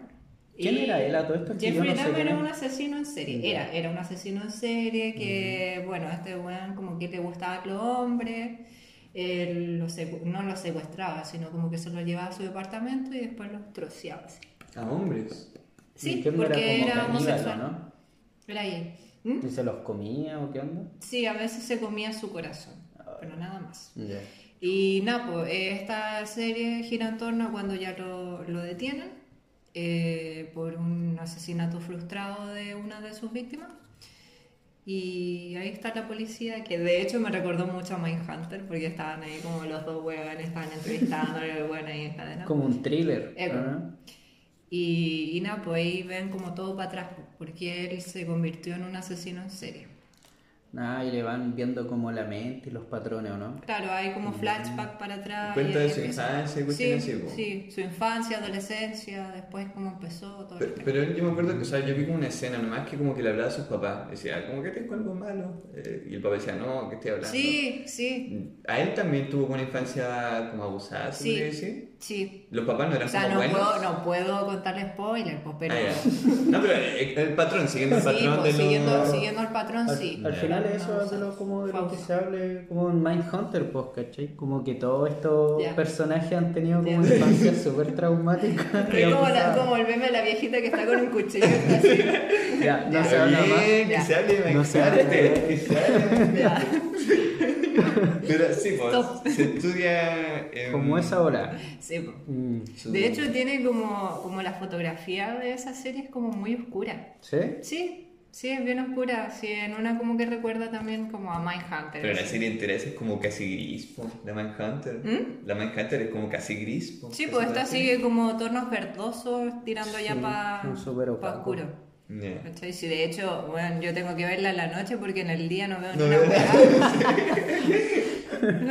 ¿Quién era él a todo esto? Es que yo Jeffrey no sé Dahmer quién era es. un asesino en serie. Ya. Mm. Era, era un asesino en serie que, bueno, a este weón como que le gustaba que los hombres. él lo secu- no lo secuestraba, sino como que se lo llevaba a su departamento y después lo troceaba. así. A hombres. ¿Y Sí, qué onda? porque como era caníbal, homosexual. ¿no? Era gay. ¿Mm? ¿Y se los comía o qué onda? Sí, a veces se comía su corazón, pero nada más. Ya. Y nada, pues eh, esta serie gira en torno a cuando ya lo, lo detienen eh, por un asesinato frustrado de una de sus víctimas. Y ahí está la policía, que de hecho me recordó mucho a Mindhunter, porque estaban ahí como los dos huevones, estaban entrevistando el hueón ahí en cadena. Como un thriller. Eco. ¿no? Y, y nada, pues ahí ven como todo para atrás, porque él se convirtió en un asesino en serie. Ah, y le van viendo como la mente y los patrones, ¿o no? Claro, hay como flashback para atrás. Mm. Cuenta y ahí de su empieza- infancia y sí, cuestiones así, po. sí, su infancia, adolescencia, después cómo empezó, todo Pero, el tema. pero él, yo me acuerdo que, o sea, yo vi como una escena nomás que como que le hablaba a sus papás. Decía, como que tengo algo malo. Eh, y el papá decía, no, ¿qué estoy hablando? Sí, sí, A él también tuvo una infancia como abusada, se Sí. podría decir. sí. Los papás no O eran sea, como no buenos. puedo, no puedo contar spoiler, pues, pero... Ah, ya. Sí, No, pero el, el patrón, siguiendo el patrón pues, de los... siguiendo, siguiendo el patrón, Al, Ah, sí. al final No, eso no, es de lo, como de fue lo que se abusado. hable como en Mindhunter, pues, ¿cachai? Como que todos estos Ya. personajes han tenido como Ya. infancias súper traumáticas. Es como, la- abusadas. como el meme de la viejita que está con un cuchillo está así. Ya, no se Está habla más. bien, que Ya. se hable de No se Mancarte, hable. que se hable de Ya. Mancarte. Pero sí, pues, Stop. se estudia... em, Como esa ola. Sí, pues. Mm, su- De hecho, tiene como, como la fotografía de esa serie es como muy oscura. ¿Sí? Sí, sí, es bien oscura. Sí, en una como que recuerda también como a Mindhunter. Pero la serie entera es como casi gris, po, la Manhunter. La Manhunter es como casi gris, po, ¿Mm? Sí, casi pues esta así. sigue como tonos verdosos tirando Sí, ya para son súper opacos. oscuro. Ya. ¿Cachai? Sí, de hecho, bueno, yo tengo que verla en la noche porque en el día no veo No ni una veo hueá.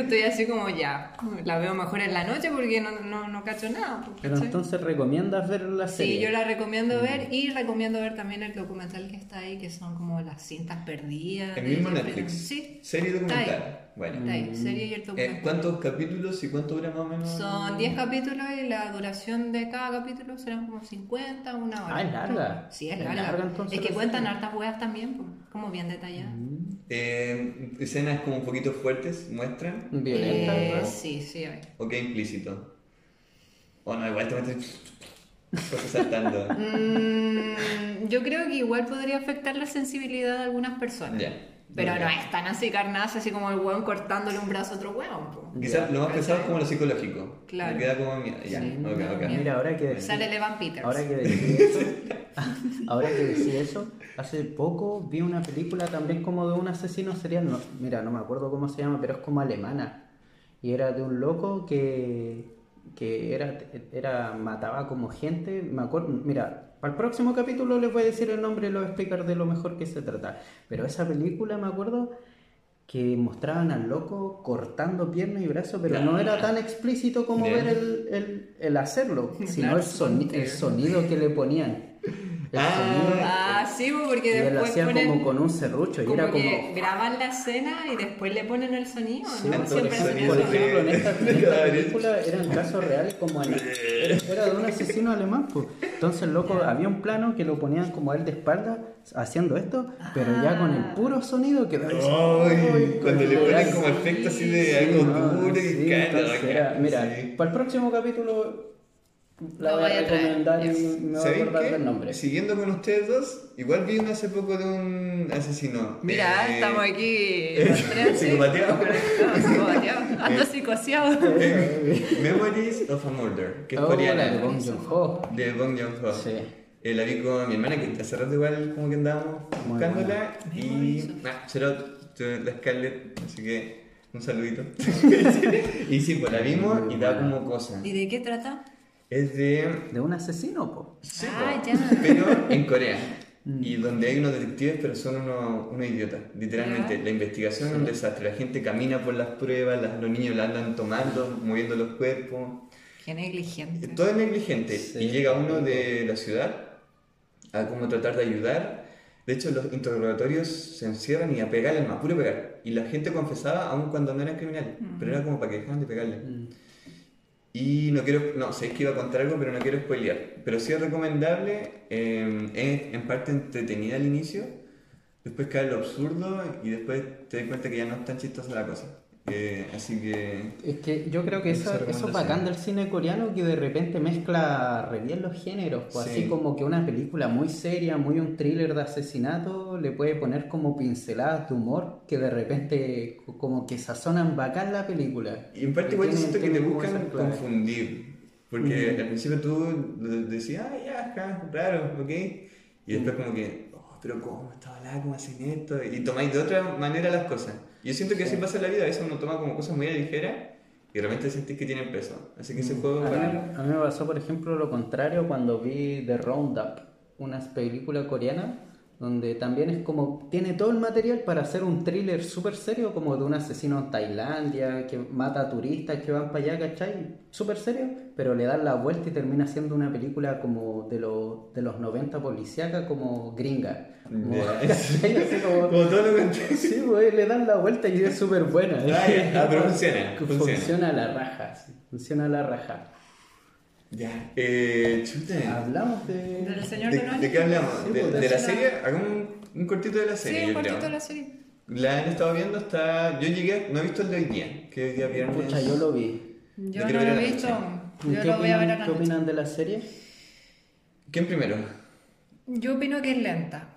Estoy así como ya, la veo mejor en la noche porque no, no, no cacho nada. pues, Pero ¿cachai? entonces recomiendas ver la serie. Mm. Sí, yo la recomiendo ver y recomiendo ver también el documental que está ahí, que son como las cintas perdidas. El de mismo Jeffrey Netflix. Dahmer. Sí, Serie Está documental. Bueno. está Mm. ahí, serie y el documental. Eh, ¿Cuántos capítulos y cuánto dura más o menos? Son 10 capítulos y la duración de cada capítulo serán como 50, una hora. Ah, es larga. Sí, es Es larga. larga, entonces, es que la cuentan serie. Mm, hartas weas también, pues, como bien detalladas. Eh, escenas como un poquito fuertes, muestran. Violenta, Eh, ¿verdad? sí, sí, hay. ¿O qué implícito? O no, igual te metes cosas saltando. Mm, yo creo que igual podría afectar la sensibilidad de algunas personas. Ya. Pero Ya. no es tan así carnaza, así como el weón cortándole un brazo a otro weón. po. Quizás lo más pesado es ¿Cachai? como lo psicológico. Claro. Me queda como miedo. Ya, Sí. ok, ok. Mm, Mira, ahora que decís- Sale Levan Peters. Eh, Ahora que decís eso, ahora que decí eso, hace poco vi una película también como de un asesino serial, no, mira, no me acuerdo cómo se llama, pero es como alemana. Y era de un loco que, que era, era, mataba como gente, me acuerdo, mira, para el próximo capítulo les voy a decir el nombre y lo voy a explicar de lo mejor que se trata. Pero esa película me acuerdo que mostraban al loco cortando pierna y brazo, pero Ya. no era tan explícito como Ya. ver el, el, el hacerlo, sino Claro, el, soni- el sonido que le ponían. El sonido. Ah, sí, po, Y él porque lo después hacía ponen... como con un serrucho y Como era que como. graban la escena y después le ponen el sonido, Sí, ¿no? entonces Siempre el hacen sonido Por eso. de- ejemplo, en esta, en de Eh. esta cada película eran casos reales como en- era de un asesino alemán, pues. Entonces, el loco, había un plano que lo ponían como a él de espalda haciendo esto, pero ya con el puro sonido quedaba así. Ay, Ah. cuando le Era ponen como efecto así de algo No, duro sí, y caro. entonces era- mira, sí. para el próximo capítulo la Lo voy voy a a traer, recomendar y yes. me voy a ¿Sabéis acordar qué? del nombre. Siguiendo con ustedes dos, igual vi uno hace poco de un asesino. Mira, Eh, estamos aquí. los tres, sí. psicopateados. Conectados, psicopateados. Eh, Ando psicoseado. Memories of a Murder, que es Oh, la de coreana, Bong Joon-ho. de Bong Joon-ho. Sí. Eh, la vi con mi hermana, que hace rato igual como que andábamos Muy buscándola. Memories Y... of- Ah, shout out to la Scarlett, así que un saludito. y sí, pues la vimos y da como cosa. ¿Y de qué trata? Es de... De un asesino, po. Sí, Ah, po. ya. Pero en Corea. Y donde hay unos detectives, pero son unos, unos idiotas. Literalmente, Ya. la investigación es un desastre. La gente camina por las pruebas, las- los niños la andan tomando, moviendo los cuerpos. Qué negligente. Todo es negligente. Sí. Y llega uno de la ciudad a como tratar de ayudar. De hecho, los interrogatorios se encierran y a pegarle al más, puro pegar. Y la gente confesaba aun cuando no eran criminales, Mm. pero era como para que dejaran de pegarle. Y no quiero, no, sé que iba a contar algo, pero no quiero spoilear. Pero sí es recomendable, eh, es en parte entretenida al inicio, después cae lo absurdo y después te das cuenta que ya no es tan chistosa la cosa. Eh, así que... Es que yo creo que Esa eso, eso es recomendación. bacán del cine coreano que de repente mezcla re bien los géneros, po. Sí. así como que una película muy seria, muy un thriller de asesinato, le puede poner como pinceladas de humor que de repente co- como que sazonan bacán la película. Y en parte Y igual tienen- siento que te tienen como buscan esas claves. confundir. Porque al principio tú de- decías, ah, ya, ajá, raro, ok. Y después como que, oh, pero ¿cómo esta balada? ¿Cómo hacen esto? Y tomáis de otra manera las cosas. Y yo siento que así pasa en la vida. A veces uno toma como cosas muy a la ligera y realmente sentís que tienen peso. Así que ese juego... Mm. A para- mí, a mí me pasó, por ejemplo, lo contrario cuando vi The Roundup, una película coreana donde también es como, tiene todo el material para hacer un thriller súper serio, como de un asesino en Tailandia, que mata a turistas que van para allá, ¿cachai? Súper serio, pero le dan la vuelta y termina siendo una película como de, los de los 90 policíaca, como gringa. Como, Ya. ¿cachai? Así como- Como todo lo contrario. sí, güey, le dan la vuelta y es súper buena. Ah, ya. Ah, pero funciona, funciona. Funciona a la raja, sí, funciona a la raja. Ya. Eh, chuta. Hablamos Del de. señor ¿De, de los de qué hablamos? Sí, ¿De, pues, de de la la- serie? Hagamos un, un cortito de la serie, Sí, yo un creo. cortito de la serie. La han estado viendo hasta. Yo llegué, no he visto el de hoy día, que hoy día viernes. Pucha, yo lo vi. Yo Yo no lo quiero ver he a la visto. noche. ¿Y Yo ¿Qué, lo voy a opinan, ver a la qué noche. opinan de la serie? ¿Quién primero? Yo opino que es lenta.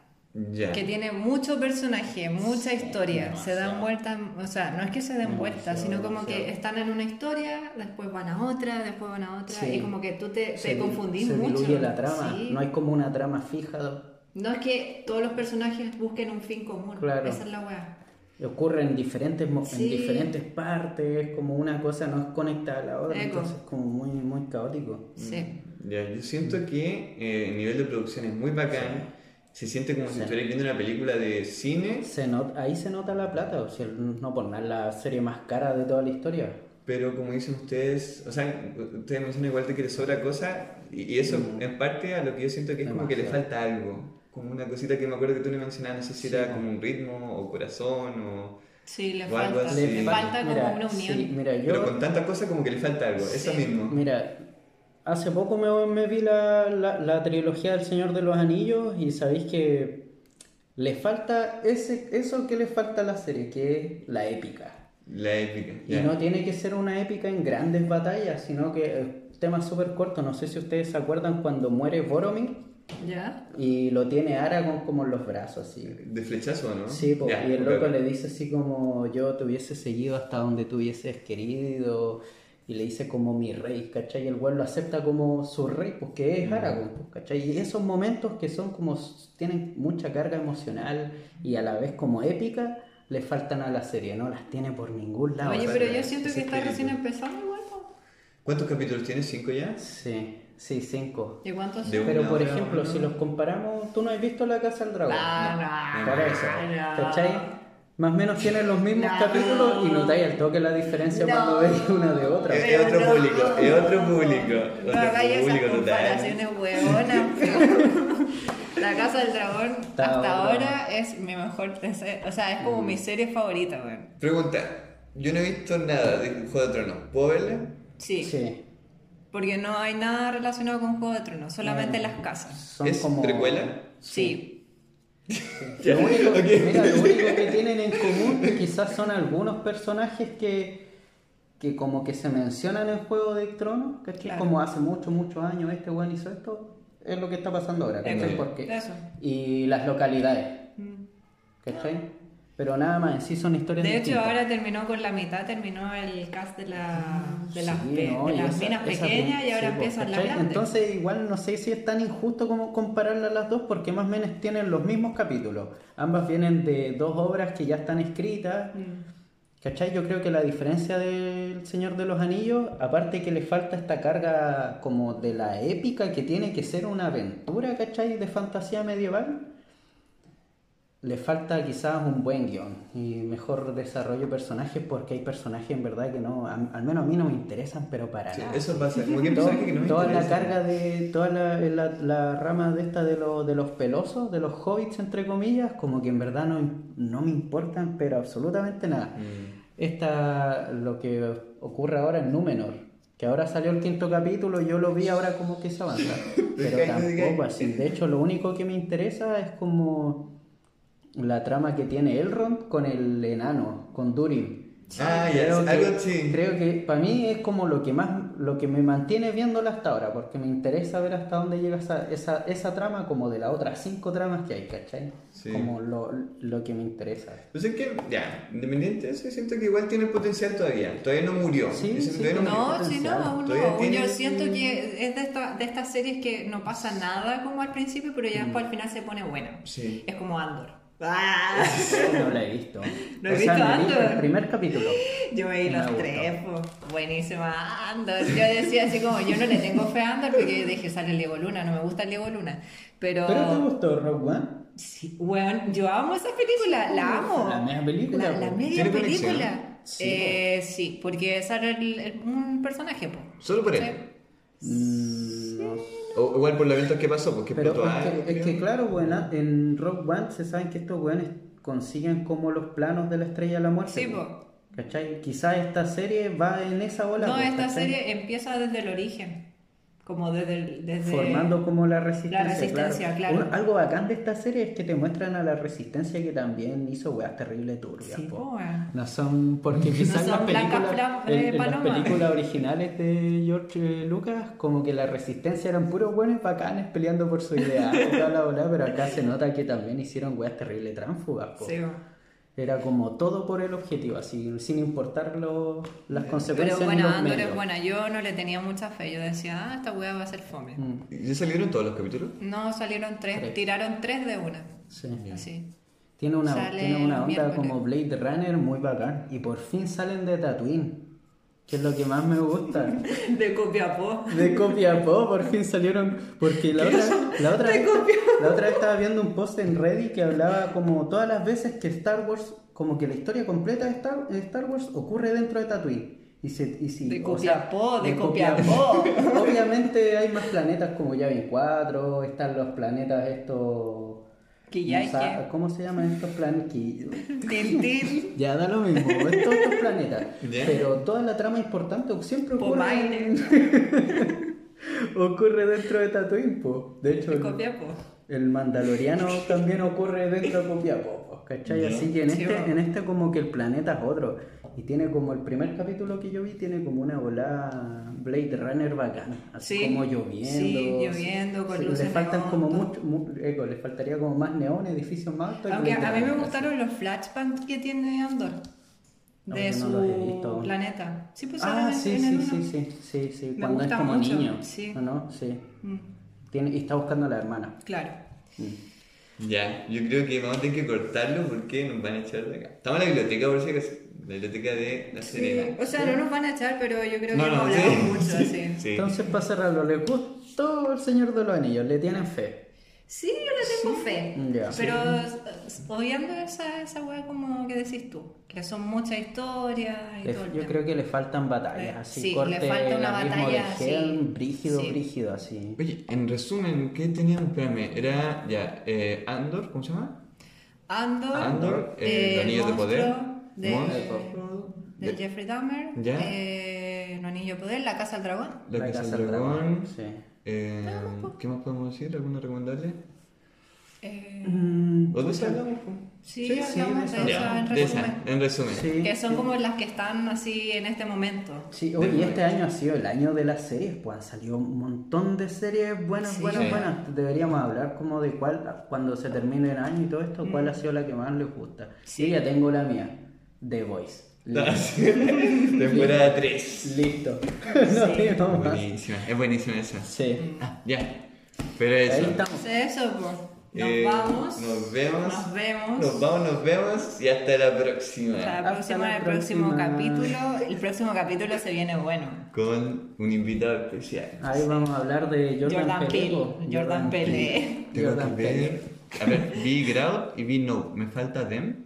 Ya. Que tiene mucho personaje, mucha historia. Se dan vueltas, o sea, no es que se den vueltas, sino como que están en una historia, después van a otra, después van a otra, Sí. y como que tú te, te di- confundís se mucho. diluye la trama. Sí. No hay como una trama fija. No es que todos los personajes busquen un fin común. Claro. Esa es la weá. Ocurre en diferentes, mo- Sí. en diferentes partes. Es como una cosa no es conectada a la otra. Eco. Entonces es como muy, muy caótico. Sí. Ya, yo siento que eh, el nivel de producción es muy bacán. Se siente como si estuvieras viendo una película de cine, Se not- ahí se nota la plata, o sea, no por nada la serie más cara de toda la historia. pero como dicen ustedes, o sea, ustedes mencionan igual de que les sobra cosa, y, y eso en parte a lo que yo siento que es como que le Demasiado. falta algo. Como una cosita que me acuerdo que tú le mencionabas, no sé si era como un ritmo o corazón o... Sí, le O algo falta, así. le falta como Mira, una unión. sí, mira, yo, Pero con tanta cosa como que le falta algo, eso Sí. mismo. Mira, hace poco me, me vi la, la- la trilogía del Señor de los Anillos y sabéis que le falta ese, eso que le falta a la serie, que es la épica. La épica. Y ya. no tiene que ser una épica en grandes batallas, sino que eh, temas súper cortos. No sé si ustedes se acuerdan cuando muere Boromir ¿Ya? y lo tiene Aragorn como en los brazos, así. De flechazo, ¿no? Sí, po, Ya, y el ok, loco ok. le dice así como yo te hubiese seguido hasta donde tú hubieses querido y le dice como mi rey, ¿cachai? Y el güey lo acepta como su rey, porque Mm. es Aragorn, pues, ¿cachai? Y esos momentos que son como, s- tienen mucha carga emocional y a la vez como épica, le faltan a la serie, no las tiene por ningún lado. Oye, así. pero yo siento ese que está espíritu. recién empezando igual. ¿no? ¿Cuántos capítulos tiene? ¿Cinco ya? Sí, sí, cinco. ¿Y cuántos De Pero una por hora, ejemplo, ¿no? si los comparamos, tú no has visto La Casa del Dragón. Ah, Por eso, ah, ¿cachai? Más o menos tienen los mismos No. capítulos y notáis al toque la diferencia No. cuando veis una de otra. Es- es otro Pero público, no. es otro público, No otro hagáis esas público total. comparaciones hueonas, pero La Casa del Dragón Está hasta bueno. Mm. ahora es mi mejor, serie- o sea, es como mi serie favorita, weón. Pregunta. Yo no he visto nada de Juego de Tronos. ¿Puedo verla? Sí, Sí. porque no hay nada relacionado con Juego de Tronos, solamente Mm. las casas. Son ¿Es como... precuela? Sí, Ya, Lo único- ok. Mira, lo único que tienen en común quizás son algunos personajes que, que como que se mencionan en Juego de Tronos, que Claro. como hace muchos, muchos años este weón hizo esto, es lo que está pasando ahora, ¿cachai? Eso. Porque- Eso. Y las localidades, ¿cachai? Pero nada más, en sí son historias De hecho, distintas. ahora terminó con la mitad, terminó el cast de, la, de las, Sí, pe- no, de y las esa- minas esa pequeñas prim- y ahora sí, pues, empiezan las ¿cachai? grandes. Entonces, igual no sé si es tan injusto como compararlas las dos, porque más o menos tienen los mismos capítulos. Ambas vienen de dos obras que ya están escritas. Mm. ¿Cachai? Yo creo que la diferencia del Señor de los Anillos, aparte que le falta esta carga como de la épica que tiene que ser una aventura, ¿cachai? De fantasía medieval, le falta quizás un buen guión y mejor desarrollo de personajes porque hay personajes en verdad que no, a- al menos a mí no me interesan, pero para Sí, nada. Eso pasa. Como que hay Todo- personajes que no me toda la interesan. carga de toda la, la, la rama de esta de, lo- de los pelosos, de los hobbits entre comillas, como que en verdad no, no me importan, pero absolutamente nada. Mm. Esta, lo que ocurre ahora en Númenor, que ahora salió el quinto capítulo, yo lo vi ahora como que se avanza. Pero Pero es que ahí no diga- tampoco así. De hecho, lo único que me interesa es como la trama que tiene Elrond con el enano, con Durin. Ah, ya, Creo que, algo sí. creo que para mí es como lo que más lo que me mantiene viéndola hasta ahora, porque me interesa ver hasta dónde llega esa, esa, esa trama como de las otras cinco tramas que hay, ¿cachai? Sí. Como lo, lo que me interesa. Pues es que, ya, independiente de eso, siento que igual tiene potencial todavía. Todavía no murió. Sí, Yo sí, siento que todavía murió. No, sí, no, potencial. aún no. Todavía Aún tiene- yo siento que es de, esta- de estas series que no pasa nada como al principio, pero Mm. ya después al final se pone buena. Sí. Ah. Es como Andor. No la he visto. ¿No has O sea, visto me vi Andor? El primer capítulo. Yo veí Me los gustó. tres, po. buenísima Andor. Yo decía así como, yo no le tengo fe a Andor porque yo dije, sale Lego Luna, no me gusta Lego Luna. Pero, ¿Pero te gustó Rock One? sí, weón, yo amo esa película, la amo. La media película, La, la po. media ¿Tiene conexión? película. Sí, Eh, sí, porque sale el- el- un personaje, po. Solo por él. Sí. Mm, no sé. eh, O, igual por los eventos que pasó, porque Pero explotó es algo, que, es creo. que claro, bueno, en Rock One se saben que estos weones consiguen como los planos de la estrella de la muerte. Sí, po. po. ¿Cachai? Quizás esta serie va en esa ola. No, po, esta ¿cachai? serie empieza desde el origen, como desde... el- desde Formando como la resistencia. La resistencia, claro. Un- algo bacán de esta serie es que te muestran a la resistencia que también hizo weas terribles turbias. Sí, po. po, weón. No son, porque quizás son las, blancas películas, en- pla- eh, en las palomas. películas originales de George eh, Lucas, como que la resistencia eran puros buenos bacanes peleando por su idea, y bla, bla, bla, pero acá se nota que también hicieron weas terrible tránfugas. po. Sí, po. Era como todo por el objetivo, así, sin importar lo- las Pero consecuencias ni bueno, los Andor es medios. buena. Yo no le tenía mucha fe. Yo decía, ah, esta wea va a ser fome. Mm, ¿Ya salieron todos los capítulos? No, salieron tres. Tres. Tiraron tres de una. sí. Así. Tiene una, Sale tiene una onda miércoles. como Blade Runner muy bacán, y por fin salen de Tatooine. que es lo que más me gusta. De Copiapó. De Copiapó, por fin salieron. Porque la otra, la, otra De vez, Copiapó. la otra vez estaba viendo un post en Reddit que hablaba como todas las veces que Star Wars, como que la historia completa de Star, de Star Wars ocurre dentro de Tatooine. Y se, y si, De o sea, Copiapó, de de Copiapó. Obviamente hay más planetas como Yavin 4, están los planetas estos. Musa- Quillay, ¿Cómo se llaman estos planetas? Tintil. Ya da lo mismo, es todos estos planetas. Ya. Pero toda la trama importante siempre ocurre, Pomaine. ocurre dentro de Tatooine, po. De hecho, De el, Copiapó. el Mandaloriano también ocurre dentro de Copiapó, po, ¿cachai? Ya. Así que en Sí, este, po. en este como que el planeta es otro. Y tiene como el primer capítulo que yo vi, tiene como una volada Blade Runner bacana. Así Sí. como lloviendo. Sí, lloviendo, con Sí, Le luces faltan neón, como todo. mucho, mu- eco, le faltaría como más neón, edificios más altos. y Aunque Blade a mí me Runner, gustaron los flashbacks que tiene Andor de Aunque no su los he visto aún. planeta. Sí, pues Ah, ahora sí, en sí, el sí, uno. sí, sí, sí, Me cuando es gusta como mucho, niño, sí. ¿o ¿no? Sí. Mm, Tiene, y está buscando a la hermana. Claro. Ya, yo creo que vamos a tener que cortarlo porque nos van a echar de acá. Estamos en la biblioteca, por si acaso. La biblioteca de La Sí, Serena. o sea, no nos van a echar, pero yo creo que No, hemos no, hablado sí. mucho así. Sí, Sí. Entonces, para cerrarlo, ¿les gustó el Señor de los Anillos? ¿Le tienen fe? yo le tengo fe. Ya. Pero s- odiando esa, esa weá como que decís tú, que son muchas historias y Le- todo el yo tema. creo que le faltan batallas, así Sí, le corte falta una el abismo batalla, de Helm, sí. brígido, Sí. brígido, así. Oye, en resumen, ¿qué teníamos? Espérame, era ya, eh, Andor, ¿cómo se llama? Andor, Andor, eh, de Los Anillos de Poder. Monstruo, de- Monstruo, de de- Jeffrey Dahmer, Ya. eh, Un Anillo de Poder, La Casa del Dragón. La Casa del Dragón. Sí. Eh, ¿Qué más podemos decir? ¿Alguna recomendable? Eh, Mm, ¿Dónde se hablamos? Sí, Sí, sí, hablamos de de esa. eso en de esa, resumen. en resumen. sí, Que son sí. como las que están así en este momento. Sí, oye, y este año ha sido el año de las series, pues han salido un montón de series buenas, Sí. buenas, Sí. buenas. Deberíamos hablar como de cuál, cuando se termine el año y todo esto, cuál ha sido la que más les gusta. Mm. Sí. Yo ya tengo la mía, The Voice. Ah, Temporada 3. Listo. no digo más. Buenísima, es buenísima esa. Sí. Ah, ya. Pero Ahí eso. estamos. Entonces eso, pues. Nos Eh, vamos. Nos vemos. Nos vemos. Nos vamos, nos vemos y hasta la próxima. Hasta Hasta la próxima, la el próximo próxima. capítulo. El próximo capítulo se viene bueno. Con un invitado especial. Ahí vamos a hablar de Jordan, Jordan Peele. Peele. Jordan Peele. Tengo que Jordan Peele. ver. A ver, vi Grout y vi No. Me falta Dem.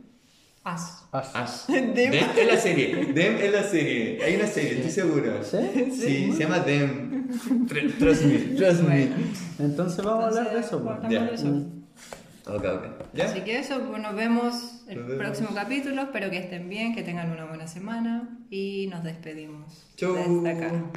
As. Ah, As. Dem. Dem. es la serie. Dem es la serie. Hay una serie, estoy seguro. ¿Sí? Sí, se llama Dem. Tr- Trust me, trust me. Entonces vamos a hablar de eso. pues. Hablamos de eso. Ok, ok. ¿Ya? Así que eso, pues nos vemos el Nos vemos. próximo capítulo. Espero que estén bien, que tengan una buena semana y nos despedimos. Chau. Desde acá.